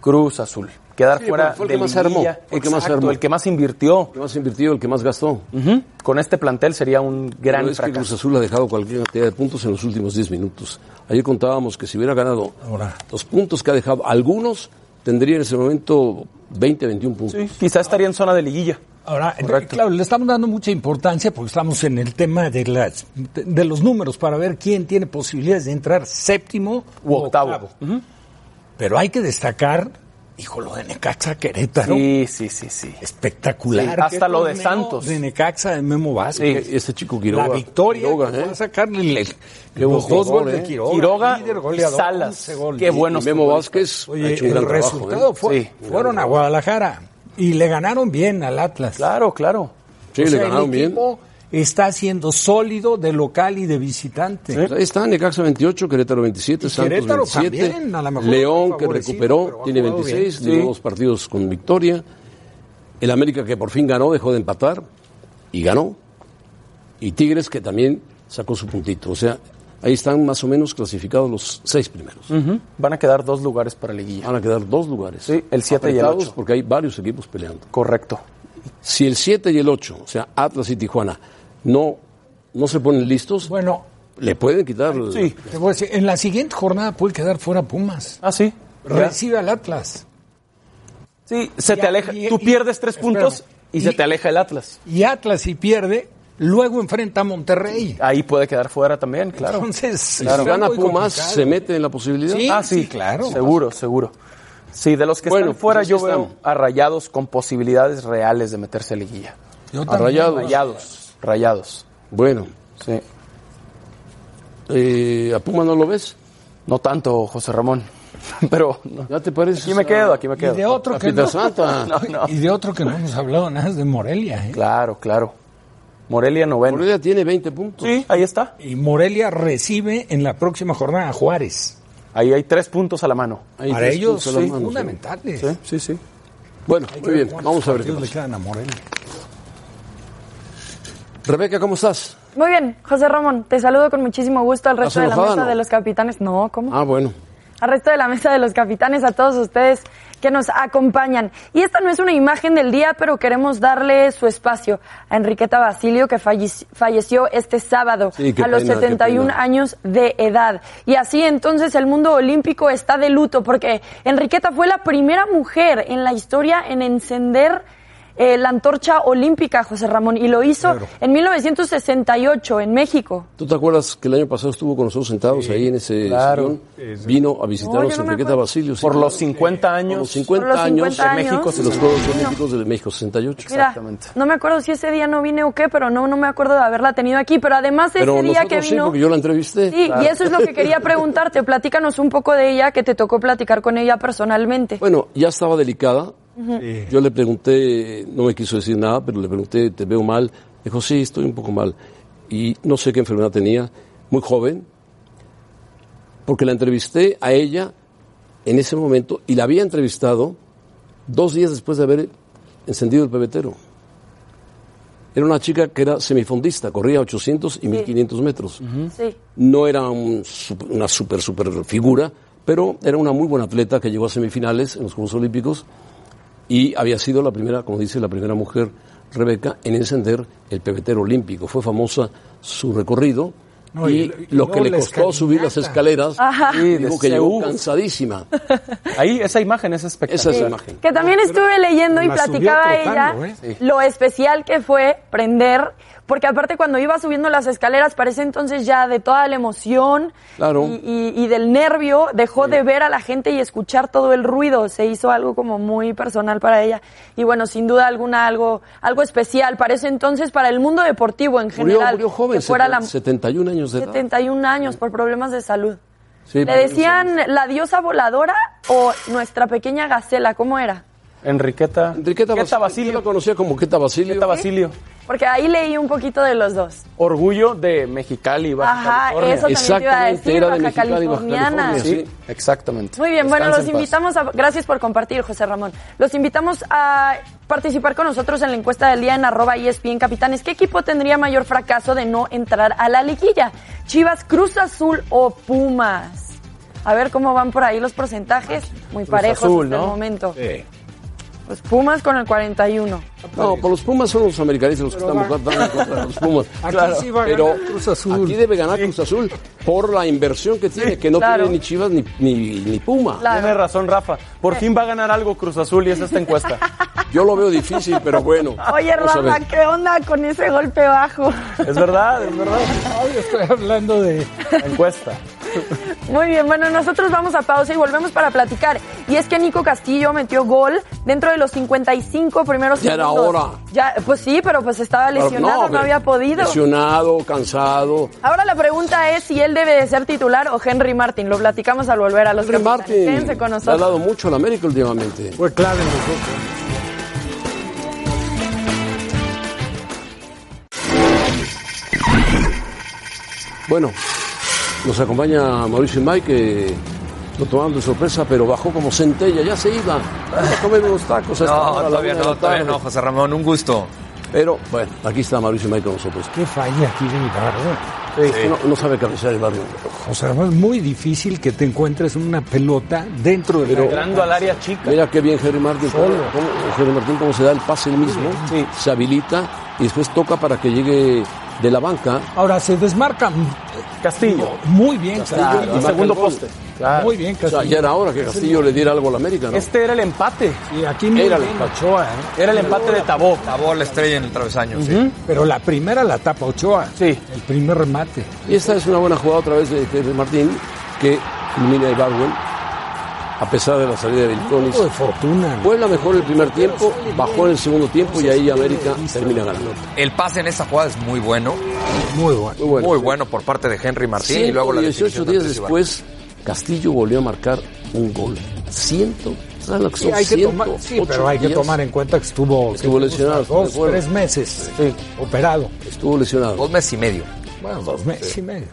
Speaker 3: Cruz Azul. Quedar
Speaker 2: Sí,
Speaker 3: fuera
Speaker 2: porque fue el
Speaker 3: de
Speaker 2: que más armó,
Speaker 3: liguilla.
Speaker 2: fue el que más
Speaker 3: Exacto,
Speaker 2: armó.
Speaker 3: el que más invirtió.
Speaker 2: El que más invirtió, el que más gastó.
Speaker 3: Ujú, Con este plantel sería un gran
Speaker 2: Pero es que Cruz
Speaker 3: fracaso.
Speaker 2: Azul ha dejado cualquier cantidad de puntos en los últimos 10 minutos. Ayer contábamos que si hubiera ganado
Speaker 4: Ahora.
Speaker 2: los puntos que ha dejado, algunos tendría en ese momento 20, 21 puntos.
Speaker 3: Sí, quizá estaría en zona de liguilla.
Speaker 4: Ahora,
Speaker 3: Correcto.
Speaker 4: claro, le estamos dando mucha importancia porque estamos en el tema de, las, de, de los números para ver quién tiene posibilidades de entrar séptimo
Speaker 3: U
Speaker 4: u
Speaker 3: octavo.
Speaker 4: octavo. Pero hay que destacar, hijo, lo de Necaxa Querétaro.
Speaker 3: Sí, sí, sí, sí.
Speaker 4: Espectacular.
Speaker 3: Sí, hasta
Speaker 4: Qué
Speaker 3: lo de
Speaker 4: torneo
Speaker 3: Santos.
Speaker 4: De Necaxa, de Memo Vázquez.
Speaker 3: Sí.
Speaker 2: Este chico Quiroga.
Speaker 4: La victoria
Speaker 2: Quiroga,
Speaker 4: que
Speaker 2: ¿eh?
Speaker 4: va a sacarle el- el-
Speaker 2: buen
Speaker 4: los dos
Speaker 2: jugador,
Speaker 4: goles
Speaker 2: ¿eh?
Speaker 4: de Quiroga.
Speaker 3: Quiroga,
Speaker 4: líder goleador,
Speaker 3: Salas.
Speaker 4: 11 goles.
Speaker 3: Qué buenos.
Speaker 2: Y Memo
Speaker 3: futbolistas.
Speaker 2: Vázquez ha
Speaker 4: Oye,
Speaker 2: hecho un
Speaker 4: el
Speaker 2: gran trabajo,
Speaker 4: resultado
Speaker 2: ¿eh?
Speaker 4: fue,
Speaker 3: Sí.
Speaker 4: fueron a Guadalajara y le ganaron bien al Atlas.
Speaker 3: Claro, claro.
Speaker 2: Sí,
Speaker 4: O
Speaker 2: le
Speaker 4: sea,
Speaker 2: ganaron
Speaker 4: el
Speaker 2: bien.
Speaker 4: equipo está siendo sólido de local y de visitante.
Speaker 2: Pues Ahí está Necaxa 28, Querétaro 27,
Speaker 4: Y
Speaker 2: Santos
Speaker 4: Querétaro
Speaker 2: 27,
Speaker 4: también, a lo mejor
Speaker 2: León que
Speaker 4: favorecido,
Speaker 2: recuperó,
Speaker 4: pero ha
Speaker 2: tiene
Speaker 4: jugado
Speaker 2: 26,
Speaker 3: bien.
Speaker 2: llevó
Speaker 3: Sí.
Speaker 2: dos partidos con victoria. El América que por fin ganó, dejó de empatar y ganó. Y Tigres que también sacó su puntito. O sea, Ahí están más o menos clasificados los seis primeros.
Speaker 4: Mm.
Speaker 3: Ujú. Van a quedar dos lugares para liguilla.
Speaker 2: Van a quedar dos lugares.
Speaker 3: Sí, el siete y el
Speaker 2: Apretados
Speaker 3: ocho.
Speaker 2: Porque hay varios equipos peleando.
Speaker 3: Correcto.
Speaker 2: Si el 7 y el 8, o sea, Atlas y Tijuana, no, no se ponen listos,
Speaker 4: Bueno,
Speaker 2: le pueden quitar. el-
Speaker 3: Sí.
Speaker 4: te voy a decir, en la siguiente jornada puede quedar fuera Pumas.
Speaker 3: Ah, sí. Ya.
Speaker 4: Recibe al Atlas.
Speaker 3: Sí, se
Speaker 4: Ya,
Speaker 3: te aleja.
Speaker 4: y-
Speaker 3: Tú
Speaker 4: y-
Speaker 3: pierdes tres puntos
Speaker 4: espérame.
Speaker 3: y se
Speaker 4: Y-
Speaker 3: te aleja el Atlas.
Speaker 4: Y Atlas si pierde, luego enfrenta a Monterrey.
Speaker 3: Ahí puede quedar fuera también, claro.
Speaker 4: Entonces,
Speaker 2: Si
Speaker 4: está
Speaker 2: gana
Speaker 4: muy
Speaker 2: Pumas,
Speaker 4: complicado.
Speaker 2: se mete en la posibilidad.
Speaker 4: Sí.
Speaker 3: ah, sí,
Speaker 4: claro.
Speaker 3: Seguro, seguro. Sí, de los que
Speaker 2: Bueno,
Speaker 3: están fuera,
Speaker 2: pues
Speaker 3: yo
Speaker 2: así
Speaker 3: veo
Speaker 2: están.
Speaker 3: a rayados con posibilidades reales de meterse a liguilla.
Speaker 4: Yo
Speaker 2: A
Speaker 4: también.
Speaker 2: Rayados.
Speaker 3: Rayados, rayados.
Speaker 2: Bueno,
Speaker 3: Sí.
Speaker 2: eh, ¿a Pumas no lo ves?
Speaker 3: No tanto, José Ramón. <laughs> Pero. no.
Speaker 2: ¿Ya te parece?
Speaker 3: Aquí me quedo, aquí me quedo.
Speaker 4: Y de otro
Speaker 2: A
Speaker 4: que
Speaker 2: Pietra
Speaker 4: <laughs> no.
Speaker 2: Santa.
Speaker 3: No, no.
Speaker 4: Y de otro que no hemos hablado nada es de Morelia. ¿eh?
Speaker 3: Claro, claro. Morelia noveno.
Speaker 2: Morelia tiene 20 puntos.
Speaker 3: Sí, ahí está.
Speaker 4: Y Morelia recibe en la próxima jornada a Juárez.
Speaker 3: Ahí hay tres puntos a la mano.
Speaker 2: Hay
Speaker 4: Para
Speaker 2: tres
Speaker 4: ellos
Speaker 2: puntos a la
Speaker 4: sí,
Speaker 2: mano, sí.
Speaker 4: fundamentales.
Speaker 3: Sí, sí, sí.
Speaker 2: Bueno,
Speaker 4: Hay que
Speaker 2: muy
Speaker 4: ver
Speaker 2: bien,
Speaker 4: cuántos
Speaker 2: vamos a ver qué
Speaker 4: partidos le
Speaker 2: pasa.
Speaker 4: quedan a Morelia.
Speaker 2: Rebeca, ¿cómo estás?
Speaker 5: Muy bien, José Ramón, te saludo con muchísimo gusto al resto de la
Speaker 2: enojada,
Speaker 5: mesa
Speaker 2: no?
Speaker 5: de los capitanes. No, ¿cómo?
Speaker 2: Ah, bueno.
Speaker 5: al resto de la mesa de los capitanes, a todos ustedes que nos acompañan. Y esta no es una imagen del día, pero queremos darle su espacio a Enriqueta Basilio, que fallic- falleció este sábado
Speaker 2: Sí, qué
Speaker 5: a los
Speaker 2: pena, qué
Speaker 5: 71
Speaker 2: pena.
Speaker 5: años de edad. Y así entonces el mundo olímpico está de luto, porque Enriqueta fue la primera mujer en la historia en encender eh, la antorcha olímpica, José Ramón, y lo hizo en 1968 en México.
Speaker 2: ¿Tú te acuerdas que el año pasado estuvo con nosotros sentados ahí en ese
Speaker 3: claro.
Speaker 2: sillón? Vino a
Speaker 5: No,
Speaker 2: visitarnos
Speaker 5: yo no me
Speaker 2: Enriqueta
Speaker 5: acuerdo.
Speaker 2: Basilio. sí,
Speaker 3: Por
Speaker 2: claro.
Speaker 3: los 50
Speaker 2: Por
Speaker 3: años.
Speaker 2: los 50
Speaker 5: Por los
Speaker 2: años
Speaker 5: 50
Speaker 2: de México,
Speaker 5: años.
Speaker 2: de los Juegos
Speaker 5: Sí.
Speaker 2: Olímpicos de México 68.
Speaker 5: Mira,
Speaker 3: Exactamente.
Speaker 5: no me acuerdo si ese día no vine o qué, pero no, no me acuerdo de haberla tenido aquí. Pero además ese
Speaker 2: Pero
Speaker 5: día
Speaker 2: nosotros
Speaker 5: que
Speaker 2: sí,
Speaker 5: vino...
Speaker 2: porque yo la entrevisté.
Speaker 5: Sí, y eso es lo
Speaker 2: <laughs>
Speaker 5: que quería preguntarte. Platícanos un poco de ella, que te tocó platicar con ella personalmente.
Speaker 2: <laughs> Bueno, ya estaba delicada. Yo le pregunté, no me quiso decir nada, pero le pregunté, ¿te veo mal? Dijo, sí, estoy un poco mal. Y no sé qué enfermedad tenía, muy joven, porque la entrevisté a ella en ese momento y la había entrevistado dos días después de haber encendido el pebetero. Era una chica que era semifondista, corría 800 y 1500 metros.
Speaker 5: Sí.
Speaker 2: No era un sup- una super, super figura, pero era una muy buena atleta que llegó a semifinales en los Juegos Olímpicos y había sido la primera, como dice, la primera mujer, Rebeca, en encender el pebetero olímpico. Fue famosa su recorrido
Speaker 4: No,
Speaker 2: y,
Speaker 4: y- y
Speaker 2: lo que
Speaker 4: luego
Speaker 2: le
Speaker 4: la
Speaker 2: costó subir las
Speaker 4: escalinata.
Speaker 2: escaleras,
Speaker 5: Ah.
Speaker 3: Sí,
Speaker 2: dijo
Speaker 3: de
Speaker 2: que llegó
Speaker 3: Seúl.
Speaker 2: cansadísima.
Speaker 3: Ahí, esa imagen es espectacular.
Speaker 2: Esa es la imagen.
Speaker 5: Que también estuve leyendo y
Speaker 4: la subió
Speaker 5: platicaba
Speaker 4: trotando,
Speaker 5: ella
Speaker 4: ¿eh?
Speaker 5: lo especial que fue prender, porque aparte cuando iba subiendo las escaleras, parece entonces ya de toda la emoción
Speaker 2: Claro.
Speaker 5: y, y- y del nervio, dejó de ver a la gente y escuchar todo el ruido. Se hizo algo como muy personal para ella. Y bueno, sin duda alguna, algo, algo especial. Parece entonces para el mundo deportivo en
Speaker 2: Murió,
Speaker 5: general.
Speaker 2: murió joven,
Speaker 5: que fuera la
Speaker 2: 71 años de edad.
Speaker 5: 71 años por problemas de salud.
Speaker 2: Sí,
Speaker 5: ¿Le decían la diosa voladora o nuestra pequeña gacela? ¿Cómo era?
Speaker 3: Enriqueta.
Speaker 2: Enriqueta Basilio, Yo la
Speaker 3: Basilio.
Speaker 2: conocía como Queta Basilio.
Speaker 3: Enriqueta Basilio.
Speaker 5: Porque ahí leí un poquito de los dos.
Speaker 3: Orgullo de Mexicali, Baja
Speaker 5: Ajá,
Speaker 3: California.
Speaker 5: eso también te iba a
Speaker 2: Exactamente,
Speaker 5: decir,
Speaker 2: era de
Speaker 5: baja
Speaker 2: Mexicali, Baja
Speaker 5: californiana.
Speaker 2: California,
Speaker 3: Sí, exactamente.
Speaker 5: Muy bien, bueno,
Speaker 3: Descansa
Speaker 5: los
Speaker 3: en paz.
Speaker 5: invitamos a... Gracias por compartir, José Ramón. Los invitamos a participar con nosotros en la encuesta del día en arroba E ESPN Capitanes. ¿Qué equipo tendría mayor fracaso de no entrar a la liguilla? ¿Chivas, Cruz Azul o Pumas? A ver cómo van por ahí los porcentajes. Muy parejos
Speaker 3: Azul,
Speaker 5: hasta
Speaker 3: ¿no?
Speaker 5: el momento. Pues Pumas con el 41.
Speaker 2: No, por los Pumas son los americanistas los que están buscando en contra de los Pumas.
Speaker 4: Aquí sí va a
Speaker 2: pero
Speaker 4: ganar Cruz Azul.
Speaker 2: Aquí debe ganar Cruz Azul por la inversión que tiene, que no
Speaker 5: Claro.
Speaker 2: tiene ni Chivas ni, ni, ni Puma.
Speaker 5: Claro.
Speaker 3: Tiene razón, Rafa. Por fin va a ganar algo Cruz Azul y es esta encuesta.
Speaker 2: Yo lo veo difícil, pero bueno.
Speaker 5: <laughs> Oye,
Speaker 2: vamos a
Speaker 5: Rafa,
Speaker 2: ver.
Speaker 5: ¿qué onda con ese golpe bajo?
Speaker 3: es verdad, es verdad.
Speaker 4: Ay, estoy hablando de
Speaker 3: La encuesta.
Speaker 5: Muy bien, bueno, nosotros vamos a pausa y volvemos para platicar. Y es que Nico Castillo metió gol dentro de los 55 primeros
Speaker 2: Ya era
Speaker 5: segundos.
Speaker 2: hora.
Speaker 5: Ya, pues sí, pero pues estaba lesionado, no,
Speaker 2: pero
Speaker 5: había podido.
Speaker 2: Lesionado, cansado.
Speaker 5: Ahora la pregunta es si él debe de ser titular o Henry Martin. Lo platicamos al volver a los
Speaker 2: Henry
Speaker 5: capitanes.
Speaker 2: Martin
Speaker 5: Quédense con
Speaker 2: le ha
Speaker 5: nosotros.
Speaker 2: dado mucho al América últimamente.
Speaker 4: fue clave en los dos.
Speaker 2: Bueno, nos acompaña Mauricio Imay, que lo tomaron de sorpresa, pero bajó como centella, ya se iba. Comen unos tacos a esta hora, a
Speaker 6: No,
Speaker 2: la
Speaker 6: todavía
Speaker 2: una de
Speaker 6: no,
Speaker 2: la
Speaker 6: todavía
Speaker 2: tarde.
Speaker 6: no, José Ramón, un gusto.
Speaker 2: Pero bueno, aquí está Mauricio May con nosotros.
Speaker 4: Qué falla tiene el Barba.
Speaker 2: Es que No, no sabe cabecear el barrio.
Speaker 4: O sea, es muy difícil que te encuentres una pelota dentro de la...
Speaker 3: Entrando al área chica.
Speaker 2: Mira qué bien Henry Martín. ¿Cómo, cómo- Henry Martín cómo se da el pase él mismo, se habilita y después toca para que llegue de la banca.
Speaker 4: Ahora, se desmarca
Speaker 3: Castillo.
Speaker 4: muy bien
Speaker 2: Castillo,
Speaker 4: Castillo.
Speaker 2: y marca
Speaker 3: segundo
Speaker 2: el gol.
Speaker 3: poste.
Speaker 4: Muy bien
Speaker 2: O sea, ya
Speaker 4: Castillo.
Speaker 2: era hora que Castillo le diera algo a la América, ¿no?
Speaker 3: Este era el empate.
Speaker 4: Y aquí muy
Speaker 2: Era
Speaker 4: bien
Speaker 2: la-
Speaker 4: Ochoa, ¿eh?
Speaker 3: Era el empate de Tabó.
Speaker 6: Tabó la estrella en el travesaño, sí.
Speaker 4: Pero la primera la tapa Ochoa.
Speaker 3: Sí.
Speaker 4: El primer remate.
Speaker 2: Y esta es una buena jugada otra vez de Henry Martín que elimina a Ibarwen a pesar de la salida de Vilconis.
Speaker 4: Algo de fortuna. ¿no?
Speaker 2: Puebla mejor el primer tiempo, bajó en el segundo tiempo y ahí América termina ganando.
Speaker 6: El pase en esa jugada es muy bueno,
Speaker 4: Muy bueno.
Speaker 2: Muy bueno.
Speaker 6: muy bueno por parte de Henry Martín y luego la
Speaker 2: 18
Speaker 6: definición de
Speaker 2: días
Speaker 6: Andrés Ibarra.
Speaker 2: después, Castillo volvió a marcar un gol. Ciento, ¿sabes lo que
Speaker 4: Sí,
Speaker 2: son?
Speaker 4: hay que tomar,
Speaker 2: 108
Speaker 4: sí, pero hay que
Speaker 2: días.
Speaker 4: tomar en cuenta que estuvo, que
Speaker 2: Estuvo lesionado,
Speaker 4: dos,
Speaker 2: de acuerdo.
Speaker 4: tres meses operado.
Speaker 2: Estuvo lesionado.
Speaker 6: Dos meses y medio.
Speaker 4: Bueno, Ah, dos meses y medio.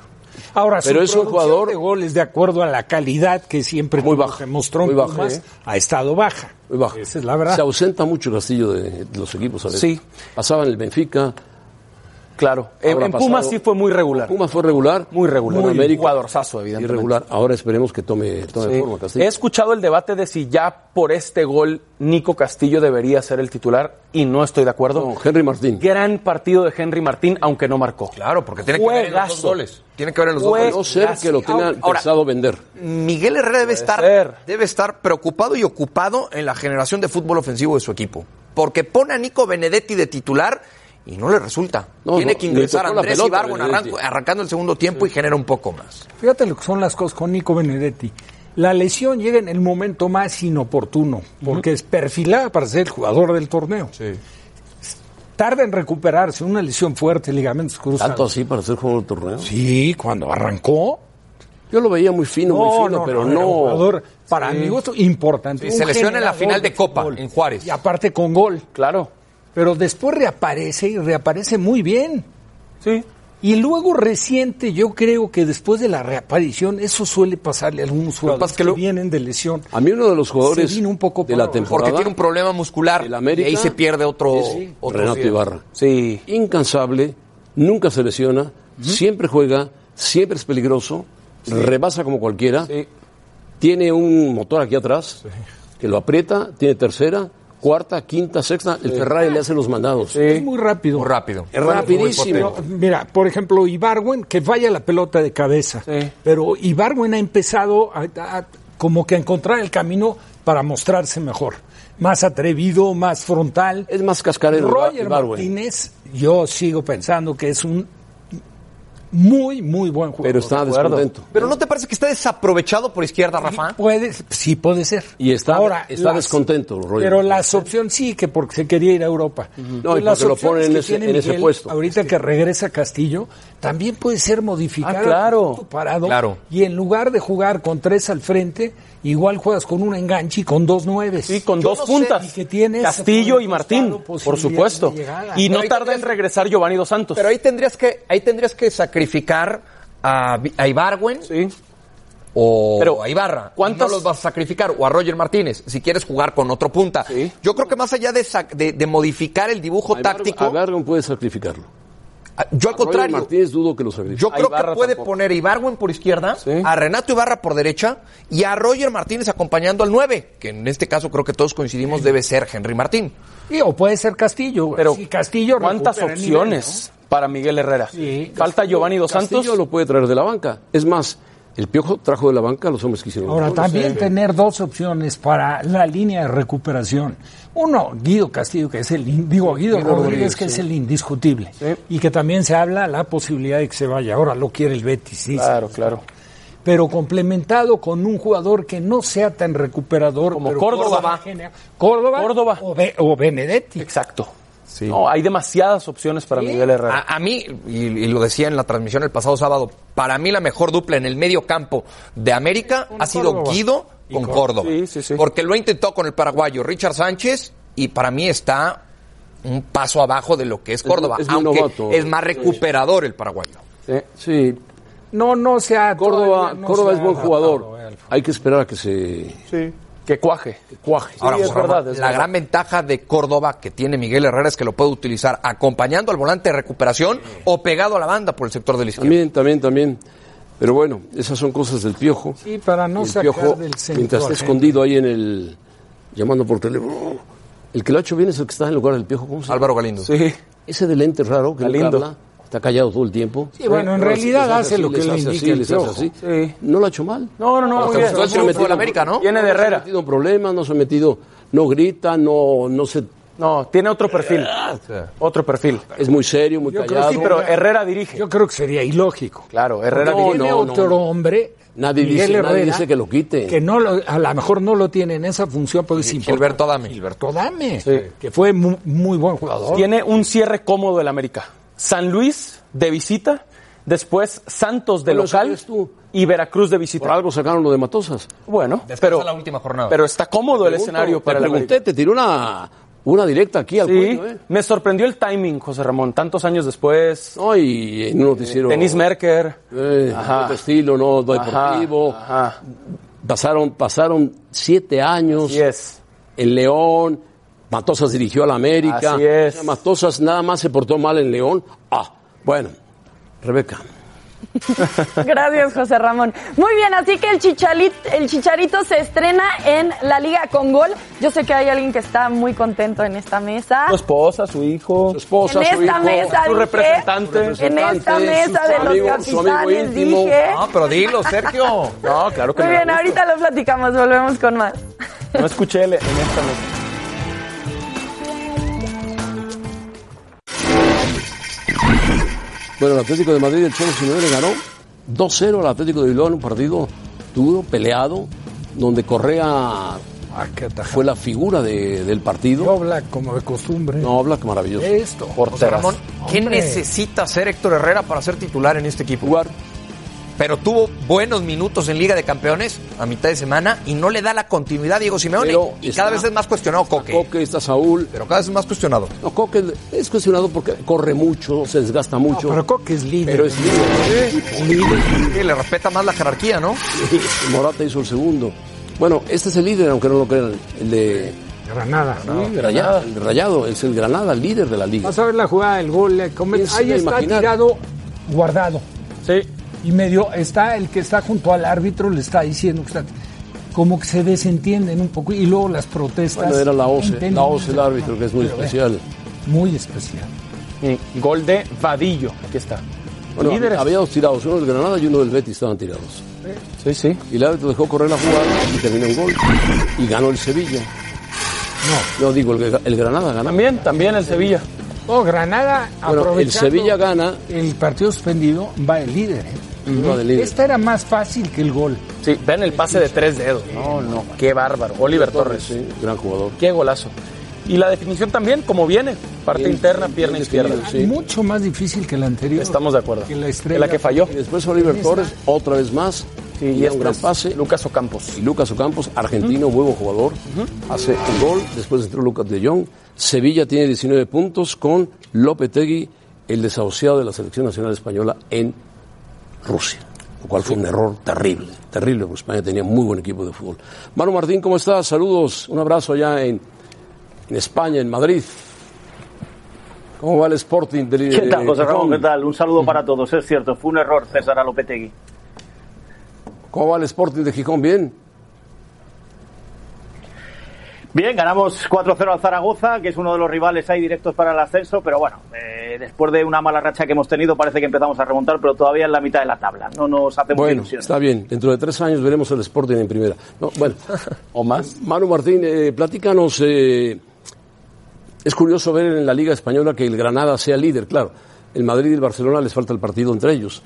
Speaker 4: Ahora,
Speaker 2: Pero
Speaker 4: su
Speaker 2: es un
Speaker 4: producción
Speaker 2: jugador-
Speaker 4: de goles de acuerdo a la calidad que siempre
Speaker 2: Muy
Speaker 4: tuvo,
Speaker 2: baja,
Speaker 4: que mostró en
Speaker 2: muy baja,
Speaker 4: Pumas,
Speaker 2: ¿eh?
Speaker 4: ha estado baja.
Speaker 2: Muy bajo.
Speaker 4: Esa es la verdad.
Speaker 2: Se ausenta mucho Castillo de de los equipos a veces.
Speaker 3: Sí.
Speaker 2: Pasaba en el Benfica.
Speaker 3: Claro. En,
Speaker 2: Ahora
Speaker 3: en Pumas
Speaker 2: pasado-
Speaker 3: sí fue muy regular.
Speaker 2: Pumas fue regular.
Speaker 3: Muy regular.
Speaker 2: En
Speaker 3: Muy
Speaker 2: América,
Speaker 3: jugadorzazo, evidentemente.
Speaker 2: Irregular. Ahora esperemos que tome, tome
Speaker 3: Sí.
Speaker 2: forma Castillo.
Speaker 3: He escuchado el debate de si ya por este gol Nico Castillo debería ser el titular y no estoy de acuerdo.
Speaker 2: No, Henry Martín.
Speaker 3: Gran partido de Henry Martín, aunque no marcó.
Speaker 6: Claro, porque tiene que ver en los dos
Speaker 3: Juegazo.
Speaker 6: goles. Tiene que ver en los dos
Speaker 3: Jue-
Speaker 6: goles.
Speaker 2: No ser que lo tengan
Speaker 6: Ahora-
Speaker 2: pensado vender.
Speaker 6: Miguel Herrera debe
Speaker 3: ser.
Speaker 6: estar, debe estar preocupado y ocupado en la generación de fútbol ofensivo de su equipo. Porque pone a Nico Benedetti de titular y no le resulta.
Speaker 2: No,
Speaker 6: Tiene
Speaker 2: no,
Speaker 6: que ingresar
Speaker 2: le
Speaker 6: a
Speaker 2: tocó la
Speaker 6: Andrés
Speaker 2: pelota,
Speaker 6: Ibargo
Speaker 2: Benedetti.
Speaker 6: arrancando el segundo tiempo y genera un poco más.
Speaker 4: Fíjate lo que son las cosas con Nico Benedetti. La lesión llega en el momento más inoportuno, porque es perfilada para ser el jugador del torneo. Tarda en recuperarse, una lesión fuerte, ligamentos cruzados.
Speaker 2: Tanto así para ser jugador de torneo.
Speaker 4: Sí, cuando arrancó.
Speaker 2: Yo lo veía muy fino, muy fino, pero
Speaker 4: era
Speaker 2: no.
Speaker 4: un jugador, para mi gusto, importante.
Speaker 6: Sí, se
Speaker 4: Un
Speaker 6: lesiona en la
Speaker 4: generador
Speaker 6: final de
Speaker 4: de
Speaker 6: Copa,
Speaker 4: fútbol.
Speaker 6: en Juárez.
Speaker 4: Y aparte con gol.
Speaker 3: Claro.
Speaker 4: Pero después reaparece y reaparece muy bien.
Speaker 3: Sí.
Speaker 4: Y luego reciente, yo creo que después de la reaparición, eso suele pasarle a algunos
Speaker 6: que pasa
Speaker 4: jugadores
Speaker 6: es
Speaker 4: que,
Speaker 6: que lo-
Speaker 4: vienen de lesión.
Speaker 2: A mí uno de los
Speaker 4: Se
Speaker 2: jugadores
Speaker 4: vino un poco
Speaker 2: de la
Speaker 4: para-
Speaker 2: temporada,
Speaker 6: Porque tiene un problema muscular
Speaker 2: El América-
Speaker 6: y ahí se pierde otro, otro
Speaker 2: Renato
Speaker 6: día.
Speaker 2: Ibarra,
Speaker 3: Sí.
Speaker 2: incansable, nunca se lesiona, siempre juega, siempre es peligroso, rebasa como cualquiera,
Speaker 3: Sí.
Speaker 2: tiene un motor aquí atrás que lo aprieta, tiene tercera, cuarta, quinta, sexta, el Ferrari le hace los mandados.
Speaker 4: Es muy rápido.
Speaker 6: Muy rápido.
Speaker 2: Es rapidísimo.
Speaker 4: Mira, por ejemplo, Ibarwen, que vaya la pelota de cabeza.
Speaker 3: Sí.
Speaker 4: Pero Ibarwen ha empezado a, a- como que a encontrar el camino para mostrarse mejor. Más atrevido, más frontal.
Speaker 2: Es más cascarero
Speaker 4: Roger
Speaker 2: Ibarwen.
Speaker 4: Martínez, yo sigo pensando que es un muy, muy buen jugador.
Speaker 2: pero está descontento.
Speaker 6: Pero ¿no te parece que está desaprovechado por izquierda, Rafa?
Speaker 4: Puede, sí puede ser.
Speaker 2: Y está- está descontento, Roger.
Speaker 4: Pero las opciones sí, que porque se quería ir a Europa. Entonces,
Speaker 2: No, y
Speaker 4: las
Speaker 2: porque lo
Speaker 4: opciones
Speaker 2: ponen en
Speaker 4: que
Speaker 2: ese-
Speaker 4: tiene
Speaker 2: en ese
Speaker 4: Miguel,
Speaker 2: puesto.
Speaker 4: Ahorita que regresa Castillo, también puede ser modificado.
Speaker 3: Ah, claro.
Speaker 4: punto Parado,
Speaker 6: Claro.
Speaker 4: Y en lugar de jugar con tres al frente, igual juegas con un enganche y con dos nueves.
Speaker 3: Sí, con
Speaker 6: Yo
Speaker 3: dos
Speaker 6: no sé,
Speaker 3: puntas.
Speaker 4: y que tiene ese
Speaker 3: Castillo
Speaker 4: por
Speaker 3: y
Speaker 4: el
Speaker 3: Martín,
Speaker 4: costado
Speaker 3: por supuesto.
Speaker 4: posibilidades de llegada.
Speaker 3: Y no
Speaker 6: Pero ahí
Speaker 3: tarda en
Speaker 6: tendrías-
Speaker 3: regresar Giovanni Dos Santos.
Speaker 6: Pero ahí tendrías que, ahí tendrías que sacrificar a, Vi- a Ibarwen
Speaker 3: Sí.
Speaker 6: o
Speaker 3: Pero,
Speaker 6: a Ibarra.
Speaker 3: ¿cuántas-
Speaker 6: No los vas a sacrificar. O a Roger Martínez, si quieres jugar con otro punta.
Speaker 3: Sí.
Speaker 6: Yo creo que más allá de, sac- de- de modificar el dibujo táctico,
Speaker 2: A Gargan puede sacrificarlo.
Speaker 6: a- yo
Speaker 2: Roger
Speaker 6: al contrario,
Speaker 2: Martínez dudo que lo sacrifique.
Speaker 6: yo
Speaker 3: A
Speaker 6: creo
Speaker 3: Ibarra
Speaker 6: que puede
Speaker 3: tampoco.
Speaker 6: poner a Ibarwen por izquierda, a Renato Ibarra por derecha y a Roger Martínez acompañando al 9, que en este caso creo que todos coincidimos debe ser Henry Martín.
Speaker 4: Y, o puede ser Castillo. güey.
Speaker 3: Pero
Speaker 4: Si Castillo
Speaker 3: ¿cuántas
Speaker 4: recupera el nivel,
Speaker 3: opciones para Miguel Herrera?
Speaker 4: Sí.
Speaker 3: Falta Giovanni Dos Santos.
Speaker 2: Castillo lo puede traer de la banca. Es más, el Piojo trajo de la banca a los hombres que hicieron.
Speaker 4: Ahora,
Speaker 2: los goles.
Speaker 4: también tener dos opciones para la línea de recuperación. Uno, Guido Castillo, que es el, in- digo, Guido, Rodríguez, que es el indiscutible. Y que también se habla la posibilidad de que se vaya. Ahora lo quiere el Betis, dice.
Speaker 3: Claro, claro.
Speaker 4: Pero complementado con un jugador que no sea tan recuperador.
Speaker 3: Como
Speaker 4: pero
Speaker 3: Córdoba.
Speaker 4: genera- Córdoba.
Speaker 3: Córdoba.
Speaker 4: O, Be- o Benedetti.
Speaker 3: Exacto. No, hay demasiadas opciones para Miguel Herrera.
Speaker 6: A, a mí, y, y lo decía en la transmisión el pasado sábado, para mí la mejor dupla en el medio campo de América ha sido
Speaker 4: Córdoba.
Speaker 6: Guido con Córdoba.
Speaker 3: Sí, sí, sí.
Speaker 6: Porque lo intentó con el paraguayo Richard Sánchez y para mí está un paso abajo de lo que es Córdoba,
Speaker 2: es muy
Speaker 6: aunque
Speaker 2: novato.
Speaker 6: es más recuperador el paraguayo.
Speaker 2: Eh, Sí,
Speaker 4: No, no sea.
Speaker 2: Córdoba,
Speaker 4: todavía no
Speaker 2: Córdoba
Speaker 4: se
Speaker 2: es
Speaker 4: ha
Speaker 2: buen
Speaker 4: adaptado,
Speaker 2: jugador.
Speaker 4: eh, Alfredo.
Speaker 2: Hay que esperar a que se
Speaker 3: Que cuaje. cuaje.
Speaker 6: Ahora, José Ramón, la gran ventaja de Córdoba que tiene Miguel Herrera es que lo puede utilizar acompañando al volante de recuperación o pegado a la banda por el sector de la izquierda.
Speaker 2: También, también, también. Pero bueno, esas son cosas del piojo.
Speaker 4: Sí, para no
Speaker 2: el
Speaker 4: sacar
Speaker 2: piojo,
Speaker 4: del centro eh.
Speaker 2: mientras está
Speaker 4: al centro.
Speaker 2: escondido ahí en el. llamando por teléfono. El que lo ha hecho bien es el que está en lugar del piojo. ¿Cómo se llama?
Speaker 6: Álvaro Galindo.
Speaker 3: Sí.
Speaker 2: Ese de lente raro que nunca
Speaker 3: Galindo.
Speaker 2: habla, está callado todo el tiempo.
Speaker 4: Sí, bueno, en
Speaker 2: Pero
Speaker 4: realidad
Speaker 2: les
Speaker 4: hace lo
Speaker 2: así,
Speaker 4: que
Speaker 2: les
Speaker 4: le
Speaker 2: hace
Speaker 4: indica
Speaker 2: así,
Speaker 4: el
Speaker 2: les hace
Speaker 4: piojo.
Speaker 2: así.
Speaker 3: Sí.
Speaker 2: No lo ha hecho mal.
Speaker 3: No, no, no.
Speaker 6: Hasta
Speaker 3: muy bien.
Speaker 6: gustó el
Speaker 3: Sí,
Speaker 6: triunfo
Speaker 3: metido-
Speaker 6: de la América, ¿no?
Speaker 3: Viene
Speaker 2: No
Speaker 3: de
Speaker 2: se ha
Speaker 3: Herrera.
Speaker 2: metido en problemas, no se ha metido. No grita, no, no se.
Speaker 3: No, tiene otro perfil. Otro perfil.
Speaker 2: Es muy serio, muy
Speaker 4: Yo creo que
Speaker 2: callado.
Speaker 3: Sí, pero Herrera dirige.
Speaker 4: Yo creo que sería ilógico.
Speaker 3: Claro, Herrera
Speaker 2: No,
Speaker 3: dirige.
Speaker 4: Tiene
Speaker 2: no,
Speaker 4: otro
Speaker 2: no.
Speaker 4: hombre.
Speaker 2: Nadie
Speaker 4: Miguel
Speaker 2: dice- nadie
Speaker 4: Herrera,
Speaker 2: dice que lo quite.
Speaker 4: Que no lo- a lo mejor no lo tiene en esa función, porque es importante.
Speaker 6: Gilberto Adame.
Speaker 4: Gilberto Adame,
Speaker 3: Sí.
Speaker 4: que fue mu- muy buen jugador.
Speaker 3: Tiene un cierre cómodo del América. San Luis de visita, después Santos de
Speaker 2: Bueno, eso
Speaker 3: local
Speaker 2: crees tú.
Speaker 3: y Veracruz de visita.
Speaker 2: Por algo sacaron lo de Matosas.
Speaker 3: Bueno,
Speaker 6: Descansa
Speaker 3: pero,
Speaker 6: la última jornada.
Speaker 3: pero está cómodo el
Speaker 2: Pregunto,
Speaker 3: escenario para
Speaker 2: te
Speaker 3: el
Speaker 2: pregunté,
Speaker 3: América.
Speaker 2: te tiró una, una directa aquí al
Speaker 3: Sí,
Speaker 2: cuello, ¿eh?
Speaker 3: me sorprendió el timing, José Ramón. Tantos años después,
Speaker 2: No, y en un noticiero.
Speaker 3: Denis Merker.
Speaker 2: eh,
Speaker 3: Ajá.
Speaker 2: otro estilo, no
Speaker 3: Ajá,
Speaker 2: deportivo.
Speaker 3: ajá.
Speaker 2: Pasaron, pasaron siete años
Speaker 3: Así es.
Speaker 2: en León. Matosas dirigió a la América.
Speaker 3: Así es.
Speaker 2: O sea, Matosas nada más se portó mal en León. Ah, bueno, Rebeca.
Speaker 5: <laughs> Gracias, José Ramón. Muy bien, así que el, Chichalit- el Chicharito se estrena en la Liga con Gol. Yo sé que hay alguien que está muy contento en esta mesa.
Speaker 2: Pues
Speaker 3: Su esposa, su hijo.
Speaker 2: Su esposa,
Speaker 5: en
Speaker 2: su
Speaker 5: esta
Speaker 2: hijo,
Speaker 5: mesa
Speaker 3: su
Speaker 5: dije,
Speaker 3: representante.
Speaker 5: en esta
Speaker 2: representante,
Speaker 5: mesa
Speaker 2: su
Speaker 5: de los
Speaker 2: amigo- su amigo
Speaker 5: capitanes
Speaker 2: íntimo. Ah,
Speaker 5: dije
Speaker 6: No, pero dilo, Sergio.
Speaker 3: No, claro que
Speaker 5: muy
Speaker 3: me da
Speaker 5: bien
Speaker 3: gusto.
Speaker 5: ahorita lo platicamos volvemos con más
Speaker 3: No escuché el- en esta mesa.
Speaker 2: Bueno, el Atlético de Madrid, el Cholo Simeone le ganó 2-0 al Atlético de Bilbao en un partido duro, peleado, donde Correa
Speaker 4: Ah, qué atajada.
Speaker 2: fue la figura de- del partido.
Speaker 4: Dobla como de costumbre.
Speaker 2: No, habla que maravilloso.
Speaker 4: Esto.
Speaker 6: José Ramón, ¿qué
Speaker 4: Hombre.
Speaker 6: necesita hacer Héctor Herrera para ser titular en este equipo?
Speaker 2: Jugar
Speaker 6: Pero tuvo buenos minutos en Liga de Campeones a mitad de semana y no le da la continuidad a Diego Simeone.
Speaker 2: Pero
Speaker 6: y
Speaker 2: está-
Speaker 6: cada vez es más cuestionado Coque.
Speaker 2: Coque, está Saúl.
Speaker 6: Pero cada vez es más cuestionado.
Speaker 2: No, Coque es cuestionado porque corre mucho, se desgasta mucho.
Speaker 4: Pero Coque es líder. ¿Eh?
Speaker 2: pero es líder.
Speaker 6: Sí, le respeta más la jerarquía, ¿no?
Speaker 2: <laughs> Morata hizo el segundo. Bueno, este es el líder, aunque no lo crean. El de
Speaker 4: Granada. Ah,
Speaker 2: Rayado, el de Rayado, es el Granada, el líder de la liga.
Speaker 4: Vas a ver la jugada del gol. le come-
Speaker 2: ¿Quién se
Speaker 4: Ahí
Speaker 2: iba a
Speaker 4: está
Speaker 2: imaginar?
Speaker 4: tirado, guardado.
Speaker 3: Sí.
Speaker 4: Y medio está el que está junto al árbitro, le está diciendo que está. Como que se desentienden un poco. Y luego las protestas.
Speaker 2: Bueno, era la OCE,
Speaker 4: Entienden-
Speaker 2: la OCE el árbitro, que es muy
Speaker 4: Pero ve,
Speaker 2: especial.
Speaker 4: Muy especial.
Speaker 3: Y Gol de Vadillo. Aquí está.
Speaker 2: Bueno,
Speaker 3: Líderes.
Speaker 2: había dos tirados, uno del Granada y uno del Betis estaban tirados.
Speaker 3: Sí, sí.
Speaker 2: Y el árbitro dejó correr la jugada y terminó en gol. Y ganó el Sevilla. No. No, digo, el, el Granada gana.
Speaker 3: También, también el Sevilla.
Speaker 4: No, Oh, Granada
Speaker 2: Bueno, el
Speaker 4: aprovechando
Speaker 2: Sevilla gana.
Speaker 4: El partido suspendido va el líder. ¿eh?
Speaker 2: uno del
Speaker 3: Este
Speaker 2: líder.
Speaker 4: Esta era más fácil que el gol.
Speaker 3: Sí, ven el pase de tres dedos. No, no, qué bárbaro. Oliver Torres.
Speaker 2: Sí, gran jugador.
Speaker 3: Qué golazo. Y la definición también, como viene, parte
Speaker 2: Bien,
Speaker 3: interna,
Speaker 2: bien
Speaker 3: pierna
Speaker 2: definido,
Speaker 3: izquierda.
Speaker 2: Sí.
Speaker 4: Mucho más difícil que el anterior.
Speaker 3: Estamos de acuerdo.
Speaker 4: Que la estrella
Speaker 3: En la que falló.
Speaker 2: Y después Oliver Torres, otra vez más.
Speaker 3: Sí,
Speaker 2: y
Speaker 3: y
Speaker 2: da
Speaker 3: este
Speaker 2: un gran
Speaker 3: es
Speaker 2: pase.
Speaker 3: Lucas Ocampos.
Speaker 2: Y Lucas Ocampos, argentino, muy buen jugador, hace un gol, después entró Lucas de Jong. Sevilla tiene 19 puntos con Lopetegui, el desahuciado de la Selección Nacional Española en Rusia, lo cual fue un error terrible, terrible, porque España tenía muy buen equipo de fútbol. Manu Martín, ¿cómo estás? Saludos, un abrazo allá en, en España, en Madrid. ¿Cómo va el Sporting del
Speaker 7: ¿Qué tal,
Speaker 2: de
Speaker 7: José Ramón?
Speaker 2: Gijón?
Speaker 7: ¿Qué tal? Un saludo para todos. Es cierto, fue un error César Alopetegui.
Speaker 2: ¿Cómo va el Sporting de Gijón? ¿Bien?
Speaker 7: Bien, ganamos 4-0 al Zaragoza, que es uno de los rivales ahí directos para el ascenso, pero bueno, eh, después de una mala racha que hemos tenido, parece que empezamos a remontar, pero todavía en la mitad de la tabla. No nos hacemos
Speaker 2: Bueno,
Speaker 7: ilusiones.
Speaker 2: está bien. Dentro de tres años veremos el Sporting en primera. No, bueno,
Speaker 3: <laughs> ¿O más?
Speaker 2: Manu Martín, eh, platícanos. eh, es curioso ver en la Liga Española que el Granada sea líder, claro. El Madrid y el Barcelona les falta el partido entre ellos.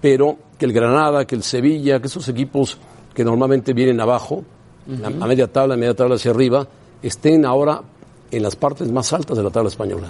Speaker 2: Pero que el Granada, que el Sevilla, que esos equipos que normalmente vienen abajo, la- a media tabla, a media tabla hacia arriba, estén ahora en las partes más altas de la tabla española.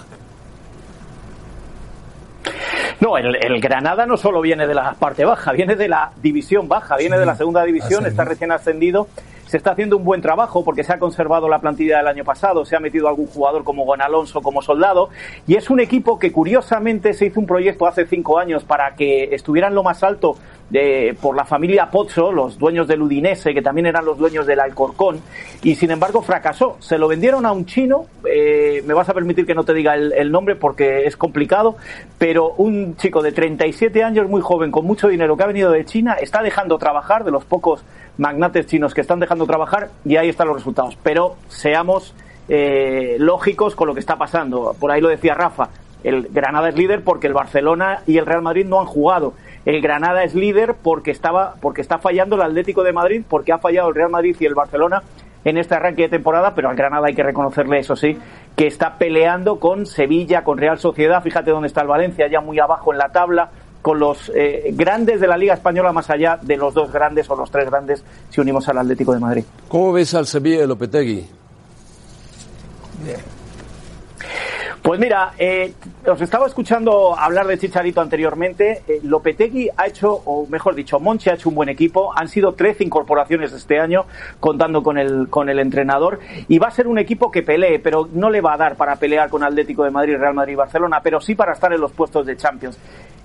Speaker 7: No, el, el Granada no solo viene de la parte baja, viene de la división baja, viene de la segunda división, está recién ascendido. Se está haciendo un buen trabajo porque se ha conservado la plantilla del año pasado, se ha metido algún jugador como Juan Alonso, como Soldado, y es un equipo que curiosamente se hizo un proyecto hace cinco años para que estuvieran lo más alto de- por la familia Pozzo, los dueños del Udinese, que también eran los dueños del Alcorcón, y sin embargo fracasó. Se lo vendieron a un chino, eh, me vas a permitir que no te diga el, el nombre porque es complicado, pero un chico de 37 años, muy joven, con mucho dinero, que ha venido de China, está dejando trabajar, de los pocos magnates chinos que están dejando trabajar, y ahí están los resultados. Pero seamos eh, lógicos con lo que está pasando. Por ahí lo decía Rafa. El Granada es líder porque el Barcelona y el Real Madrid no han jugado. El Granada es líder porque estaba, porque está fallando el Atlético de Madrid, porque ha fallado el Real Madrid y el Barcelona en este arranque de temporada, pero al Granada hay que reconocerle eso sí, que está peleando con Sevilla, con Real Sociedad, fíjate dónde está el Valencia, ya muy abajo en la tabla, con los eh, grandes de la Liga Española más allá de los dos grandes o los tres grandes si unimos al Atlético de Madrid.
Speaker 2: ¿Cómo ves al Sevilla de Lopetegui?
Speaker 7: Pues mira, eh, os estaba escuchando hablar de Chicharito anteriormente. Eh, Lopetegui ha hecho, o mejor dicho, Monchi ha hecho un buen equipo. Han sido 13 incorporaciones este año, contando con el, con el entrenador. Y va a ser un equipo que pelee, pero no le va a dar para pelear con Atlético de Madrid, Real Madrid y Barcelona, pero sí para estar en los puestos de Champions.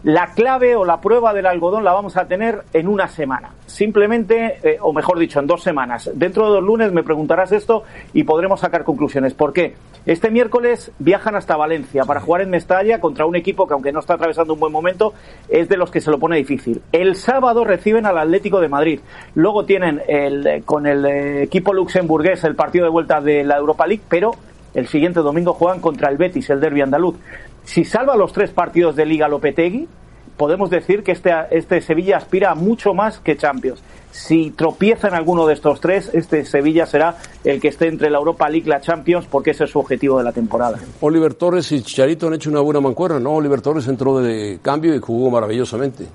Speaker 7: La clave o la prueba del algodón la vamos a tener en una semana. Simplemente, eh, o mejor dicho, en dos semanas. Dentro de dos lunes me preguntarás esto y podremos sacar conclusiones. ¿Por qué? Este miércoles viajan hasta Valencia para jugar en Mestalla contra un equipo que, aunque no está atravesando un buen momento, es de los que se lo pone difícil. El sábado reciben al Atlético de Madrid. Luego tienen el, eh, con el eh, equipo luxemburgués el partido de vuelta de la Europa League, pero el siguiente domingo juegan contra el Betis, el derby andaluz. Si salva los tres partidos de Liga Lopetegui, podemos decir que este, este Sevilla aspira a mucho más que Champions. Si tropieza en alguno de estos tres, este Sevilla será el que esté entre la Europa League y la Champions, porque ese es su objetivo de la temporada.
Speaker 2: Oliver Torres y Chicharito han hecho una buena mancuerna, ¿no? Oliver Torres entró de cambio y jugó maravillosamente.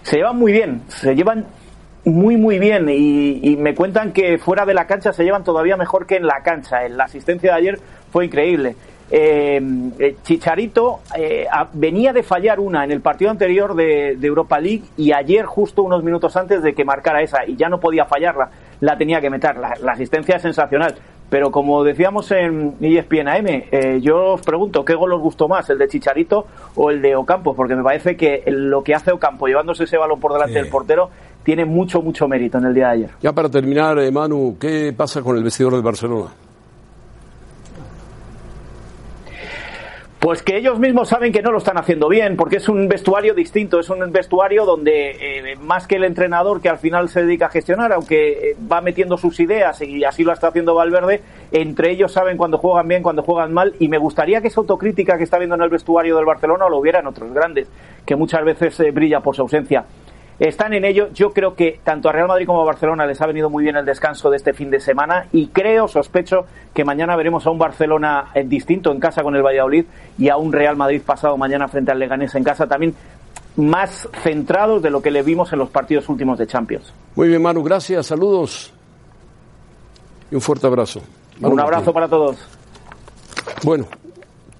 Speaker 7: se llevan muy bien, se llevan muy muy bien y, y me cuentan que fuera de la cancha se llevan todavía mejor que en la cancha. En La asistencia de ayer fue increíble. Eh, eh, Chicharito eh, a- venía de fallar una en el partido anterior de, de Europa League y ayer justo unos minutos antes de que marcara esa y ya no podía fallarla, la tenía que meter. La, la asistencia es sensacional. Pero como decíamos en E ESPN AM, eh, yo os pregunto, ¿qué gol os gustó más, el de Chicharito o el de Ocampo? Porque me parece que lo que hace Ocampo llevándose ese balón por delante
Speaker 2: Sí.
Speaker 7: del portero tiene mucho, mucho mérito en el día de ayer.
Speaker 2: Ya para terminar, eh, Manu, ¿qué pasa con el vestidor del Barcelona?
Speaker 7: Pues que ellos mismos saben que no lo están haciendo bien, porque es un vestuario distinto, es un vestuario donde eh, más que el entrenador que al final se dedica a gestionar, aunque eh, va metiendo sus ideas y así lo está haciendo Valverde, entre ellos saben cuando juegan bien, cuando juegan mal, y me gustaría que esa autocrítica que está viendo en el vestuario del Barcelona lo hubiera en otros grandes, que muchas veces eh, brilla por su ausencia. Están en ello. Yo creo que tanto a Real Madrid como a Barcelona les ha venido muy bien el descanso de este fin de semana y creo, sospecho, que mañana veremos a un Barcelona eh, distinto en casa con el Valladolid y a un Real Madrid pasado mañana frente al Leganés en casa también más centrados de lo que le vimos en los partidos últimos de Champions.
Speaker 2: Muy bien, Manu, gracias, saludos y un fuerte abrazo. Manu
Speaker 7: un abrazo para todos.
Speaker 2: Martín. Bueno,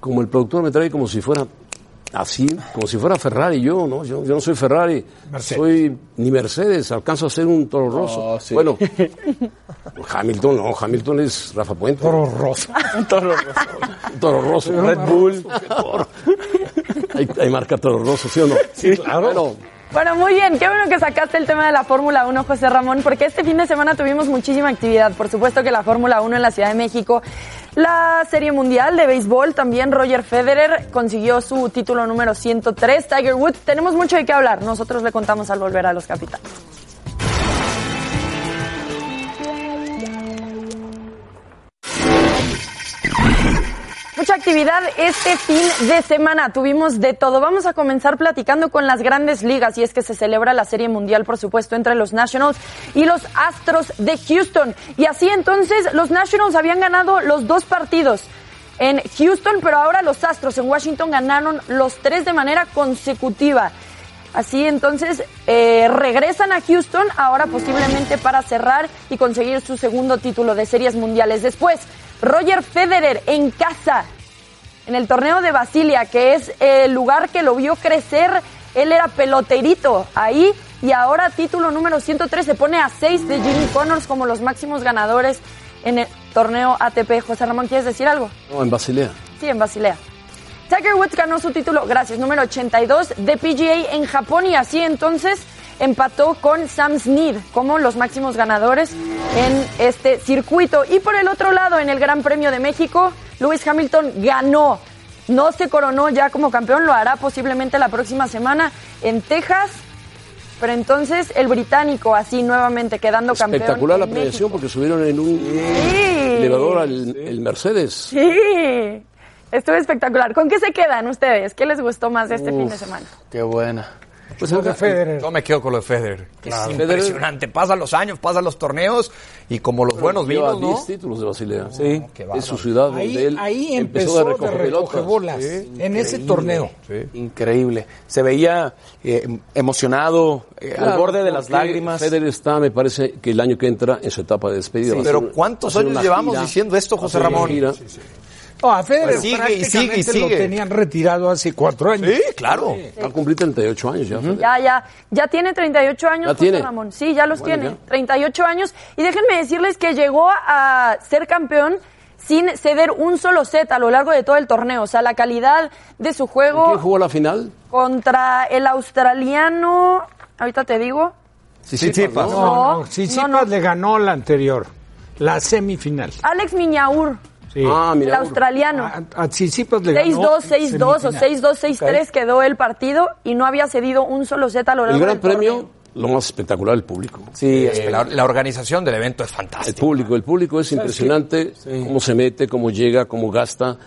Speaker 2: como el productor me trae como si fuera así, como si fuera Ferrari, yo no, yo, yo no soy Ferrari,
Speaker 4: Mercedes.
Speaker 2: soy ni Mercedes, alcanzo a ser un toro rosso. Bueno, Hamilton no, Hamilton es Rafa Puente. Toro rosso.
Speaker 3: Toro
Speaker 2: Toro rosso.
Speaker 3: Red
Speaker 2: <laughs>
Speaker 3: Bull.
Speaker 2: Hay, hay marca Toro rosso, ¿sí o no? Sí, claro.
Speaker 5: Bueno, muy bien, qué bueno que sacaste el tema de la Fórmula 1, José Ramón, porque este fin de semana tuvimos muchísima actividad. Por supuesto que la Fórmula 1 en la Ciudad de México, la Serie Mundial de Béisbol, también Roger Federer consiguió su título número 103, Tiger Woods. Tenemos mucho de qué hablar, nosotros le contamos al volver a los capitanes. Mucha actividad este fin de semana. Tuvimos de todo. Vamos a comenzar platicando con las grandes ligas y es que se celebra la Serie Mundial, por supuesto, entre los Nationals y los Astros de Houston. Y así entonces los Nationals habían ganado los dos partidos en Houston, pero ahora los Astros en Washington ganaron los tres de manera consecutiva. Así entonces eh, regresan a Houston ahora posiblemente para cerrar y conseguir su segundo título de series mundiales. Después, Roger Federer en casa, en el torneo de Basilia, que es el lugar que lo vio crecer. Él era peloterito ahí y ahora título número 103 se pone a 6 de Jimmy Connors como los máximos ganadores en el torneo ATP. José Ramón, ¿quieres decir algo?
Speaker 2: No, en Basilea.
Speaker 5: Sí, en Basilea. Tiger Woods ganó su título, gracias, número 82 de PGA en Japón y así entonces empató con Sam Snead como los máximos ganadores en este circuito. Y por el otro lado, en el Gran Premio de México, Lewis Hamilton ganó. No se coronó ya como campeón, lo hará posiblemente la próxima semana en Texas. Pero entonces el británico así nuevamente quedando campeón.
Speaker 2: Espectacular la
Speaker 5: en México.
Speaker 2: premiación porque subieron en un elevador al el Mercedes.
Speaker 5: Sí, estuvo espectacular. ¿Con qué se quedan ustedes? ¿Qué les gustó más de este fin de
Speaker 3: Uf.
Speaker 5: semana?
Speaker 3: Qué buena.
Speaker 2: Pues
Speaker 4: Lo de Federer.
Speaker 6: Yo me quedo con lo de Federer. que
Speaker 2: Claro.
Speaker 6: Es impresionante. Pasan los años, pasan los torneos y como los buenos
Speaker 2: Lleva
Speaker 6: vinos, ¿no? Ah,
Speaker 2: 10 títulos de Basilea. Sí.
Speaker 6: qué
Speaker 2: Es su
Speaker 6: bárbaro.
Speaker 2: ciudad
Speaker 4: Ahí,
Speaker 2: donde él
Speaker 4: ahí
Speaker 2: empezó, a recoger pelotas.
Speaker 4: bolas, en ese torneo.
Speaker 3: Increíble. Se veía eh, emocionado, eh, al
Speaker 2: Claro,
Speaker 3: borde de las
Speaker 2: porque
Speaker 3: lágrimas.
Speaker 2: Federer está, me parece, que el año que entra en su etapa de despedida. Va a
Speaker 6: pero
Speaker 2: ser-
Speaker 6: ¿cuántos
Speaker 2: va a ser
Speaker 6: años
Speaker 2: una
Speaker 6: llevamos diciendo esto,
Speaker 2: va a
Speaker 6: José
Speaker 2: ser una
Speaker 6: Ramón?
Speaker 2: gira.
Speaker 4: No, Oh, a Federer
Speaker 6: Pues sigue y
Speaker 4: prácticamente
Speaker 6: sigue y
Speaker 4: lo
Speaker 6: sigue.
Speaker 4: tenían retirado hace cuatro años.
Speaker 6: Sí, claro.
Speaker 2: Va a cumplir 38 años ya. Federer.
Speaker 5: Ya, ya, ya tiene 38 años,
Speaker 2: ¿Ya
Speaker 5: José
Speaker 2: tiene?
Speaker 5: Ramón. Sí, ya los
Speaker 2: Bueno,
Speaker 5: tiene,
Speaker 2: ya.
Speaker 5: 38 años. Y déjenme decirles que llegó a ser campeón sin ceder un solo set a lo largo de todo el torneo. O sea, la calidad de su
Speaker 2: ¿Quién
Speaker 5: juego
Speaker 2: jugó la final?
Speaker 5: contra el australiano, ahorita te digo,
Speaker 6: Sí, sí, sí,
Speaker 4: No,
Speaker 6: pasa.
Speaker 5: No,
Speaker 4: no, sí, sí,
Speaker 5: no, no.
Speaker 4: le ganó la anterior, la semifinal.
Speaker 5: Alex Miñaur,
Speaker 4: Sí.
Speaker 2: Ah,
Speaker 5: el
Speaker 2: mira.
Speaker 5: australiano.
Speaker 4: A, a Tsitsipas le ganó.
Speaker 5: 6-2,
Speaker 4: en
Speaker 5: 6-2 o
Speaker 4: semifinal.
Speaker 5: 6-2, 6-3 quedó el partido y no había cedido un solo set a lo largo
Speaker 2: El gran
Speaker 5: del torneo.
Speaker 2: premio, lo más espectacular, el público.
Speaker 3: Sí,
Speaker 6: Eh, la, la organización del evento es
Speaker 2: El
Speaker 6: fantástica.
Speaker 2: público, el público es impresionante, cómo se mete, cómo llega, cómo gasta,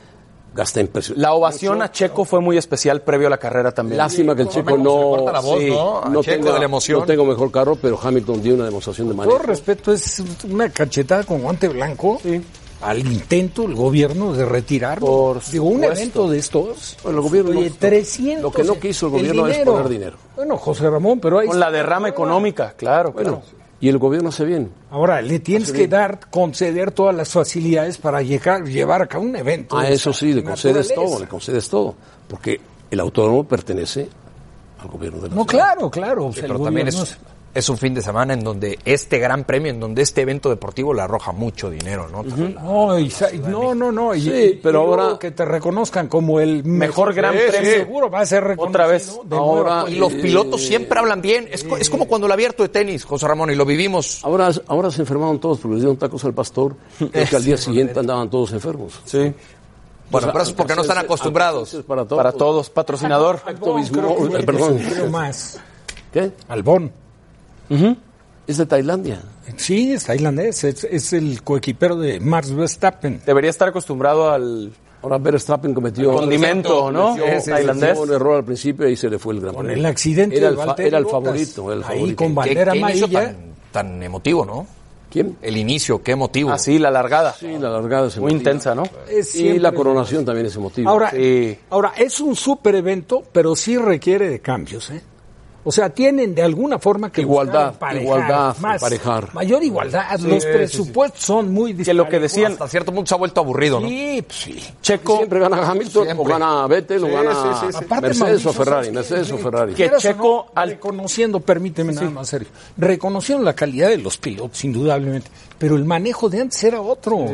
Speaker 2: gasta impresionante.
Speaker 3: La ovación a Checo fue muy especial previo a la carrera también.
Speaker 2: Lástima que el chico
Speaker 6: Como se le corta
Speaker 2: no,
Speaker 6: la voz,
Speaker 3: sí,
Speaker 6: ¿no? A
Speaker 2: no,
Speaker 6: Checo
Speaker 2: tenga-
Speaker 6: de la emoción.
Speaker 2: no tenga mejor carro, pero Hamilton dio una demostración de
Speaker 4: Todo
Speaker 2: manejo.
Speaker 4: respeto, es una cachetada con guante blanco al intento del gobierno de retirarlo.
Speaker 3: Por
Speaker 4: Digo, un
Speaker 3: supuesto.
Speaker 4: evento de estos.
Speaker 2: Bueno, el gobierno
Speaker 4: Oye,
Speaker 2: no-
Speaker 4: 300.
Speaker 2: lo que no quiso el gobierno es poner dinero.
Speaker 4: Bueno, José Ramón, pero ahí
Speaker 3: Con
Speaker 4: está.
Speaker 3: la derrama económica, claro.
Speaker 2: Bueno,
Speaker 3: claro.
Speaker 2: y el gobierno hace bien.
Speaker 4: Ahora, le tienes que dar, conceder todas las facilidades para llegar, llevar a cabo un evento.
Speaker 2: Ah,
Speaker 4: de
Speaker 2: eso
Speaker 4: esa
Speaker 2: sí, le concedes
Speaker 4: naturaleza.
Speaker 2: todo, le concedes todo. Porque el autónomo pertenece al gobierno de la
Speaker 4: No,
Speaker 2: ciudad.
Speaker 4: claro, claro. o sea, el
Speaker 6: Pero también
Speaker 4: gobierno
Speaker 6: es, es un fin de semana en donde este gran premio, en donde este evento deportivo le arroja mucho dinero, ¿no?
Speaker 4: No, y sa- no, no, no. y-
Speaker 2: Sí,
Speaker 4: y
Speaker 2: pero
Speaker 4: luego
Speaker 2: ahora-
Speaker 4: que te reconozcan como el
Speaker 3: Mejor Gran
Speaker 4: Sí,
Speaker 3: Premio.
Speaker 4: seguro va a ser reconocido.
Speaker 3: Otra vez.
Speaker 4: de nuevo.
Speaker 2: Ahora,
Speaker 6: Ah, Y los
Speaker 2: eh,
Speaker 6: pilotos siempre hablan bien. Es, co- es como cuando el abierto de tenis, José Ramón, y lo vivimos.
Speaker 2: Ahora, ahora se enfermaron todos porque les dieron tacos al
Speaker 6: <laughs>
Speaker 2: pastor. Creo que al día siguiente andaban todos enfermos.
Speaker 3: Sí.
Speaker 6: Bueno, pero
Speaker 2: ah,
Speaker 6: eso es porque no
Speaker 2: pues,
Speaker 6: están acostumbrados.
Speaker 2: Entonces, Para todos.
Speaker 3: Para todos, patrocinador.
Speaker 4: Albón, creo que
Speaker 2: Bismol,
Speaker 4: fue el que
Speaker 2: perdón.
Speaker 4: sufrió más.
Speaker 2: ¿Qué?
Speaker 4: Albón.
Speaker 2: Es de Tailandia.
Speaker 4: Sí, es tailandés. Es, es el coequipero de Max Verstappen.
Speaker 3: Debería estar acostumbrado al
Speaker 2: Ahora Verstappen cometió.
Speaker 3: condimento, ¿no?
Speaker 2: cometió-
Speaker 3: Tailandés.
Speaker 2: cometió un error al principio y se le fue el gran
Speaker 4: Con
Speaker 2: premio.
Speaker 4: el accidente
Speaker 2: Era el,
Speaker 4: de
Speaker 2: fa-
Speaker 4: Valtteri
Speaker 2: era el
Speaker 4: Bottas.
Speaker 2: favorito. Era el
Speaker 4: Ahí
Speaker 2: favorito.
Speaker 4: con
Speaker 6: ¿Qué,
Speaker 4: Bandera
Speaker 6: qué inicio
Speaker 4: amarilla.
Speaker 6: tan, tan emotivo, ¿no?
Speaker 2: ¿Quién?
Speaker 6: El inicio, qué emotivo.
Speaker 3: Así, la largada.
Speaker 2: Sí, la largada es
Speaker 3: Muy
Speaker 2: emotiva.
Speaker 3: intensa, ¿no?
Speaker 4: Es
Speaker 2: Y la
Speaker 4: siempre-
Speaker 2: coronación también es emotiva.
Speaker 4: Ahora,
Speaker 3: Sí.
Speaker 4: ahora, es un super evento, pero sí requiere de cambios, ¿eh? O sea, tienen de alguna forma que
Speaker 2: Igualdad,
Speaker 4: buscar emparejar
Speaker 2: igualdad,
Speaker 4: más,
Speaker 2: emparejar.
Speaker 4: mayor igualdad. Los presupuestos son muy
Speaker 3: Que lo que
Speaker 4: disparejos.
Speaker 3: decían,
Speaker 6: Hasta cierto punto se ha vuelto aburrido, ¿no?
Speaker 4: Sí, pues sí.
Speaker 3: Checo,
Speaker 2: Siempre gana Hamilton o
Speaker 6: Siempre.
Speaker 2: gana Vettel o gana
Speaker 4: Aparte,
Speaker 2: Mercedes
Speaker 4: Mauricio,
Speaker 2: o Ferrari.
Speaker 4: ¿sabes
Speaker 2: Mercedes
Speaker 4: qué?
Speaker 2: o Ferrari.
Speaker 3: ¿Qué? Que
Speaker 4: Quieras o
Speaker 3: Checo
Speaker 4: no,
Speaker 3: al-
Speaker 4: reconociendo, permíteme nada más, Sergio, reconociendo la calidad de los pilotos, indudablemente, pero el manejo de antes era otro,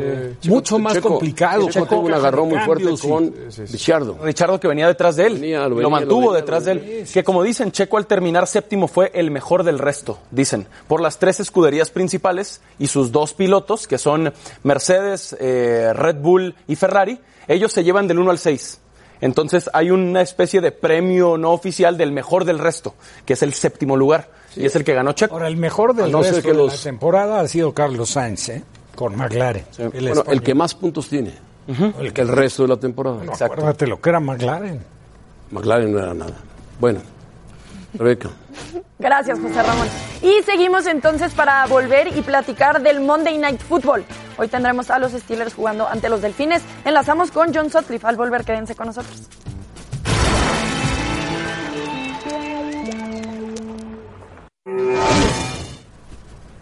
Speaker 4: mucho más
Speaker 2: Checo-
Speaker 4: complicado.
Speaker 2: Checo
Speaker 4: con
Speaker 2: tuvo un
Speaker 4: caja de
Speaker 2: agarrón muy fuerte
Speaker 4: cambios y-
Speaker 2: con Richardo.
Speaker 3: Richardo que venía detrás de él,
Speaker 2: Venía, lo
Speaker 3: lo,
Speaker 2: venía, lo
Speaker 3: mantuvo
Speaker 2: venía,
Speaker 3: detrás
Speaker 2: lo
Speaker 3: de él. Que como dicen, Checo al terminar séptimo fue el mejor del resto, dicen, por las tres escuderías principales y sus dos pilotos, que son Mercedes, eh, Red Bull y Ferrari, ellos se llevan del 1 al 6. Entonces hay una especie de premio no oficial del mejor del resto, que es el séptimo lugar, y es el que ganó Checo.
Speaker 4: Ahora, el mejor
Speaker 2: A
Speaker 4: del
Speaker 2: no ser
Speaker 4: resto
Speaker 2: que
Speaker 4: de
Speaker 2: los-
Speaker 4: la temporada ha sido Carlos Sainz, ¿eh? con McLaren. El
Speaker 2: Bueno, el
Speaker 4: español.
Speaker 2: que más puntos tiene. El que el resto de la temporada.
Speaker 4: No, acuérdate lo que era McLaren.
Speaker 2: McLaren no era nada. Bueno, Rebeca.
Speaker 5: Gracias, José Ramón. Y seguimos entonces para volver y platicar del Monday Night Football. Hoy tendremos a los Steelers jugando ante los Delfines. Enlazamos con John Sutcliffe. Al volver, quédense con nosotros.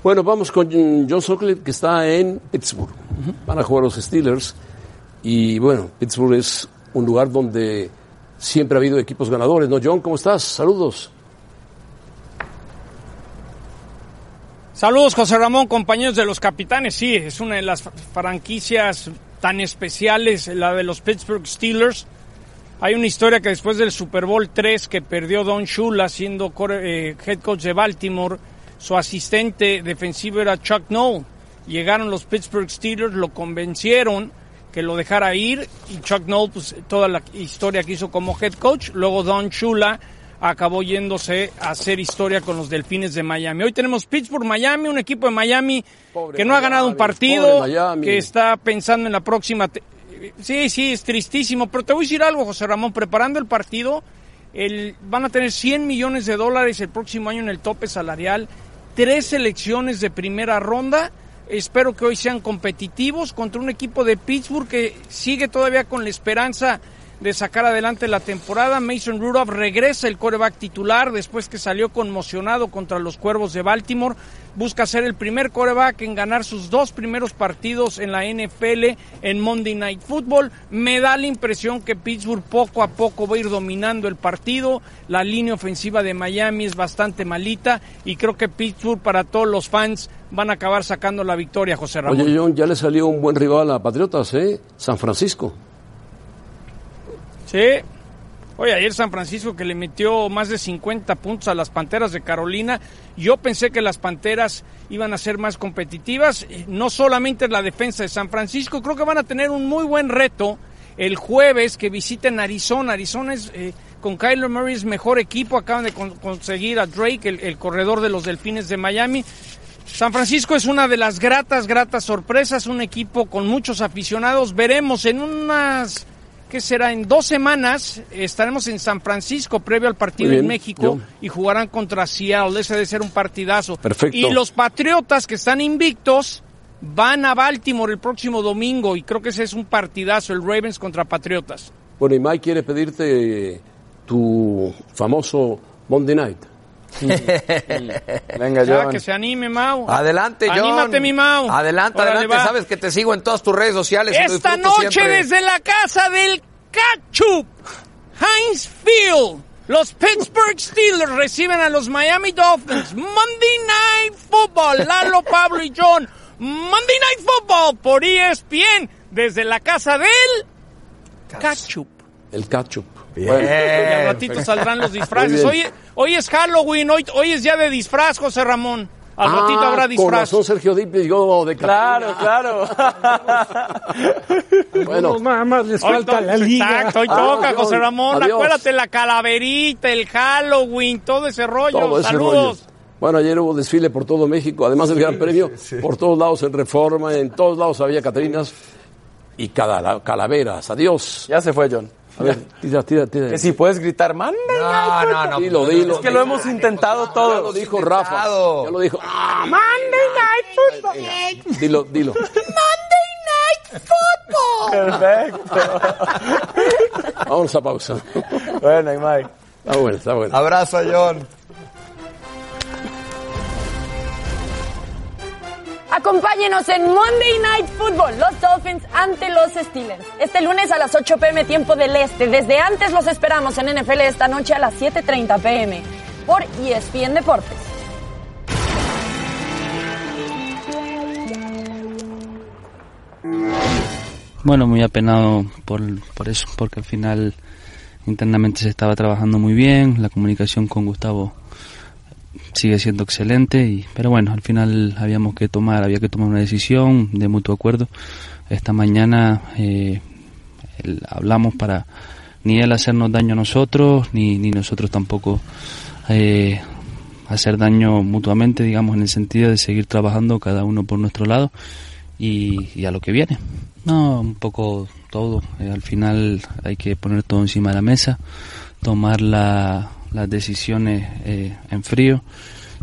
Speaker 2: Bueno, vamos con John Sockley, que está en Pittsburgh. Van a jugar los Steelers. Y bueno, Pittsburgh es un lugar donde siempre ha habido equipos ganadores. ¿No, John? ¿Cómo estás? Saludos.
Speaker 8: Saludos, José Ramón, compañeros de los capitanes. Sí, es una de las franquicias tan especiales, la de los Pittsburgh Steelers. Hay una historia que después del Super Bowl 3 que perdió Don Shula siendo core- eh, head coach de Baltimore, su asistente defensivo era Chuck Noll. Llegaron los Pittsburgh Steelers, lo convencieron que lo dejara ir y Chuck Noll, pues toda la historia que hizo como head coach. Luego Don Shula acabó yéndose a hacer historia con los Delfines de Miami. Hoy tenemos Pittsburgh, Miami, un equipo de Miami que no ha ganado un partido,
Speaker 2: pobre Miami.
Speaker 8: que está pensando en la próxima. te- Sí, sí, es tristísimo, pero te voy a decir algo, José Ramón, preparando el partido, el- van a tener 100 millones de dólares el próximo año en el tope salarial, tres selecciones de primera ronda. Espero que hoy sean competitivos contra un equipo de Pittsburgh que sigue todavía con la esperanza de sacar adelante la temporada. Mason Rudolph regresa el coreback titular después que salió conmocionado contra los Cuervos de Baltimore. Busca ser el primer coreback en ganar sus dos primeros partidos en la NFL en Monday Night Football. Me da la impresión que Pittsburgh poco a poco va a ir dominando el partido. La línea ofensiva de Miami es bastante malita y creo que Pittsburgh para todos los fans van a acabar sacando la victoria, José Ramón.
Speaker 2: Oye, John, ya le salió un buen rival a Patriotas, ¿eh? San Francisco.
Speaker 8: Sí. Oye, ayer San Francisco que le metió más de 50 puntos a las Panteras de Carolina. Yo pensé que las Panteras iban a ser más competitivas. Eh, No solamente la defensa de San Francisco, creo que van a tener un muy buen reto el jueves que visiten Arizona. Arizona es, eh, con Kyler Murray es mejor equipo. Acaban de con- conseguir a Drake, el- el corredor de los Delfines de Miami. San Francisco es una de las gratas, gratas sorpresas, un equipo con muchos aficionados. Veremos en unas, ¿qué será? En dos semanas estaremos en San Francisco previo al partido
Speaker 2: Muy bien,
Speaker 8: en México
Speaker 2: yo.
Speaker 8: y jugarán contra Seattle. Ese debe ser un partidazo.
Speaker 2: Perfecto.
Speaker 8: Y los Patriotas que están invictos van a Baltimore el próximo domingo y creo que ese es un partidazo, el Ravens contra Patriotas.
Speaker 2: Bueno, y Mike quiere pedirte tu famoso Monday Night.
Speaker 3: Venga,
Speaker 8: Ya,
Speaker 3: John.
Speaker 8: que se anime, Mau.
Speaker 6: Adelante, John.
Speaker 8: Anímate, mi Mau.
Speaker 6: Adelante,
Speaker 8: Órale,
Speaker 6: adelante.
Speaker 8: va.
Speaker 6: Sabes que te sigo en todas tus redes sociales. y lo
Speaker 8: Esta
Speaker 6: disfruto
Speaker 8: noche
Speaker 6: siempre.
Speaker 8: desde la casa del Ketchup, Heinz Field, los Pittsburgh Steelers reciben a los Miami Dolphins. Monday Night Football, Lalo, Pablo y John. Monday Night Football por E ESPN desde la casa del Ketchup.
Speaker 2: El ketchup.
Speaker 8: Y al ratito saldrán los disfraces.
Speaker 2: Muy bien.
Speaker 8: Hoy, hoy es Halloween, hoy, hoy es día de disfraz, José Ramón. Al ratito
Speaker 2: Ah,
Speaker 8: habrá
Speaker 2: Con
Speaker 8: disfraz.
Speaker 2: razón, Sergio Dip llegó de
Speaker 3: Claro, claro.
Speaker 2: Catrina. Bueno,
Speaker 4: No, nada más les
Speaker 8: Hoy
Speaker 4: falta
Speaker 8: to-
Speaker 4: la liga.
Speaker 8: Exacto, hoy
Speaker 2: Ah,
Speaker 8: toca,
Speaker 2: John,
Speaker 8: José Ramón.
Speaker 2: adiós.
Speaker 8: Acuérdate, la calaverita, el Halloween, todo ese rollo.
Speaker 2: todo ese rollo.
Speaker 8: Saludos.
Speaker 2: Bueno, ayer hubo desfile por todo México, además del Gran Premio, por todos lados en Reforma, en todos lados había Catrinas y cada, calaveras. Adiós.
Speaker 3: <laughs> ya se fue, John.
Speaker 2: A ver, tira, tira, tira.
Speaker 3: Que si puedes gritar, man.
Speaker 6: No, no, no.
Speaker 2: Dilo, dilo.
Speaker 3: Es que lo hemos intentado
Speaker 2: Ya lo
Speaker 3: todo.
Speaker 2: dijo Rafa. Ya lo dijo. ¡Ah, Monday Night Football. Dilo, dilo.
Speaker 3: Perfecto.
Speaker 2: Vamos a pausa.
Speaker 3: Bueno, y Mike.
Speaker 2: Está bueno, está
Speaker 3: Ah.
Speaker 2: bueno.
Speaker 6: Abrazo, John.
Speaker 5: Acompáñenos en Monday Night Football, los Dolphins ante los Steelers. Este lunes a las 8 pm tiempo del Este. Desde antes los esperamos en NFL esta noche a las 7.30 pm por E ESPN Deportes.
Speaker 9: Bueno, muy apenado por, por eso, porque al final internamente se estaba trabajando muy bien, la comunicación con Gustavo sigue siendo excelente, y, pero bueno, al final habíamos que tomar, había que tomar una decisión de mutuo acuerdo. Esta mañana eh, el- hablamos para ni él hacernos daño a nosotros, ni, ni nosotros tampoco eh, hacer daño mutuamente, digamos, en el sentido de seguir trabajando cada uno por nuestro lado y, y a lo que viene. No, un poco todo. Eh, al final hay que poner todo encima de la mesa, tomar la- las decisiones eh, en frío.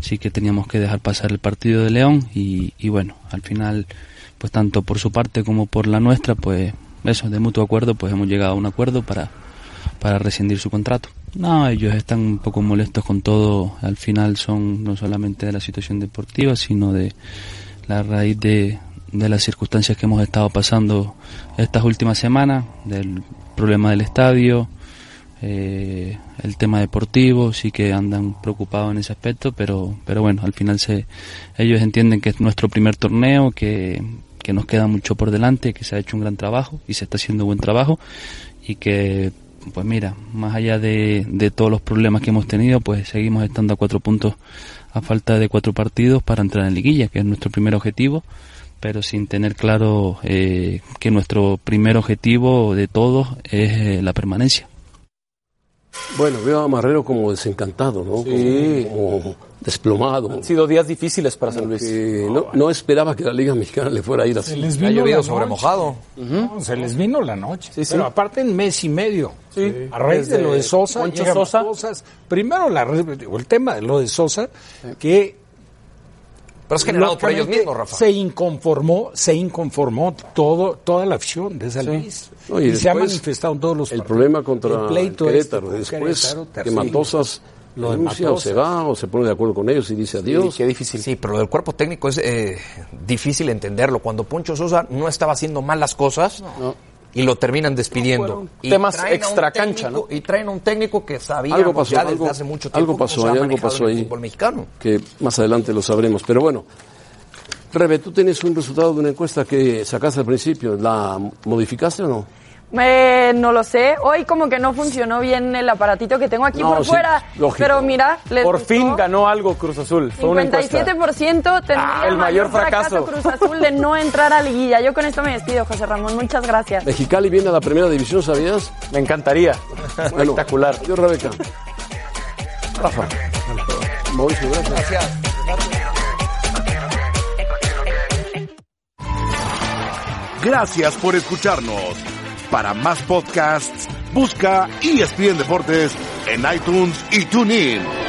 Speaker 9: Sí que teníamos que dejar pasar el partido de León y, y bueno, al final, pues tanto por su parte como por la nuestra, pues eso, de mutuo acuerdo, pues hemos llegado a un acuerdo para, para rescindir su contrato. No, ellos están un poco molestos con todo. Al final son no solamente de la situación deportiva, sino de la raíz de, de las circunstancias que hemos estado pasando estas últimas semanas, del problema del estadio, eh, el tema deportivo, sí que andan preocupados en ese aspecto, pero, pero bueno, al final se, ellos entienden que es nuestro primer torneo, que, que nos queda mucho por delante, que se ha hecho un gran trabajo y se está haciendo un buen trabajo y que pues mira, más allá de, de todos los problemas que hemos tenido, pues seguimos estando a cuatro puntos a falta de cuatro partidos para entrar en liguilla, que es nuestro primer objetivo, pero sin tener claro eh, que nuestro primer objetivo de todos es eh, la permanencia.
Speaker 2: Bueno, veo a Marrero como desencantado, ¿no?
Speaker 3: Sí.
Speaker 2: Como, como desplomado.
Speaker 3: Han sido días difíciles para San Luis.
Speaker 2: Que no, no esperaba que la Liga Mexicana le fuera a ir así.
Speaker 4: les
Speaker 6: Ha
Speaker 4: vino
Speaker 6: llovido
Speaker 4: la
Speaker 6: sobre
Speaker 4: noche.
Speaker 6: mojado.
Speaker 4: No, se les vino la noche.
Speaker 3: Sí, sí.
Speaker 4: Pero aparte en mes y medio.
Speaker 3: Sí.
Speaker 4: A raíz de
Speaker 3: Desde
Speaker 4: lo de Sosa,
Speaker 3: Poncho
Speaker 4: llegan
Speaker 3: Sosa.
Speaker 4: cosas. Primero la, re- digo, el tema de lo de Sosa, que
Speaker 6: Pero es generado por ellos
Speaker 4: lógicamente,
Speaker 6: mismos, Rafa.
Speaker 4: Se inconformó, se inconformó todo, toda la afición de San Luis.
Speaker 2: No,
Speaker 4: y se ha
Speaker 2: después,
Speaker 4: manifestado en todos los
Speaker 2: El
Speaker 4: partidos.
Speaker 2: problema contra
Speaker 4: El
Speaker 2: el
Speaker 4: pleito
Speaker 2: Querétaro.
Speaker 4: este con
Speaker 2: después
Speaker 4: Querétaro,
Speaker 2: que
Speaker 4: tercero.
Speaker 2: Matosas
Speaker 4: Lo de
Speaker 2: renuncia o se
Speaker 4: Matosas.
Speaker 2: va o se pone de acuerdo con ellos y dice adiós.
Speaker 3: Qué difícil.
Speaker 6: Sí, pero lo del cuerpo técnico es eh, difícil entenderlo. Cuando Poncho Sosa no estaba haciendo mal las cosas y lo terminan despidiendo. Y
Speaker 3: temas
Speaker 6: traen a un
Speaker 3: extra cancha,
Speaker 6: técnico- Y traen a un técnico que sabía
Speaker 2: Algo pasó,
Speaker 6: ya desde
Speaker 2: algo-
Speaker 6: hace mucho tiempo
Speaker 2: algo
Speaker 6: cómo
Speaker 2: pasó
Speaker 6: se ha
Speaker 2: ahí, algo
Speaker 6: manejado
Speaker 2: pasó
Speaker 6: en el
Speaker 2: ahí.
Speaker 6: fútbol mexicano.
Speaker 2: que más adelante lo sabremos. Pero bueno, Rebe, tú tienes un resultado de una encuesta que sacaste al principio. ¿La modificaste o no?
Speaker 5: Eh, no lo sé. Hoy como que no funcionó bien el aparatito que tengo aquí
Speaker 2: No,
Speaker 5: por
Speaker 2: sí,
Speaker 5: fuera.
Speaker 2: lógico.
Speaker 5: Pero mira, les
Speaker 3: Por
Speaker 5: gustó.
Speaker 3: fin ganó algo Cruz Azul. Fue una encuesta.
Speaker 5: 57% tendría
Speaker 3: Ah, el mayor fracaso.
Speaker 5: Cruz Azul de no entrar a liguilla. Yo con esto me despido, José Ramón. Muchas gracias.
Speaker 2: Mexicali viene a la primera división, ¿sabías?
Speaker 3: Me encantaría.
Speaker 2: Bueno,
Speaker 3: Espectacular.
Speaker 2: Yo, Rebeca. Rafa. Mauricio, gracias.
Speaker 1: Gracias por escucharnos. Para más podcasts, busca ESPN Deportes en iTunes y TuneIn.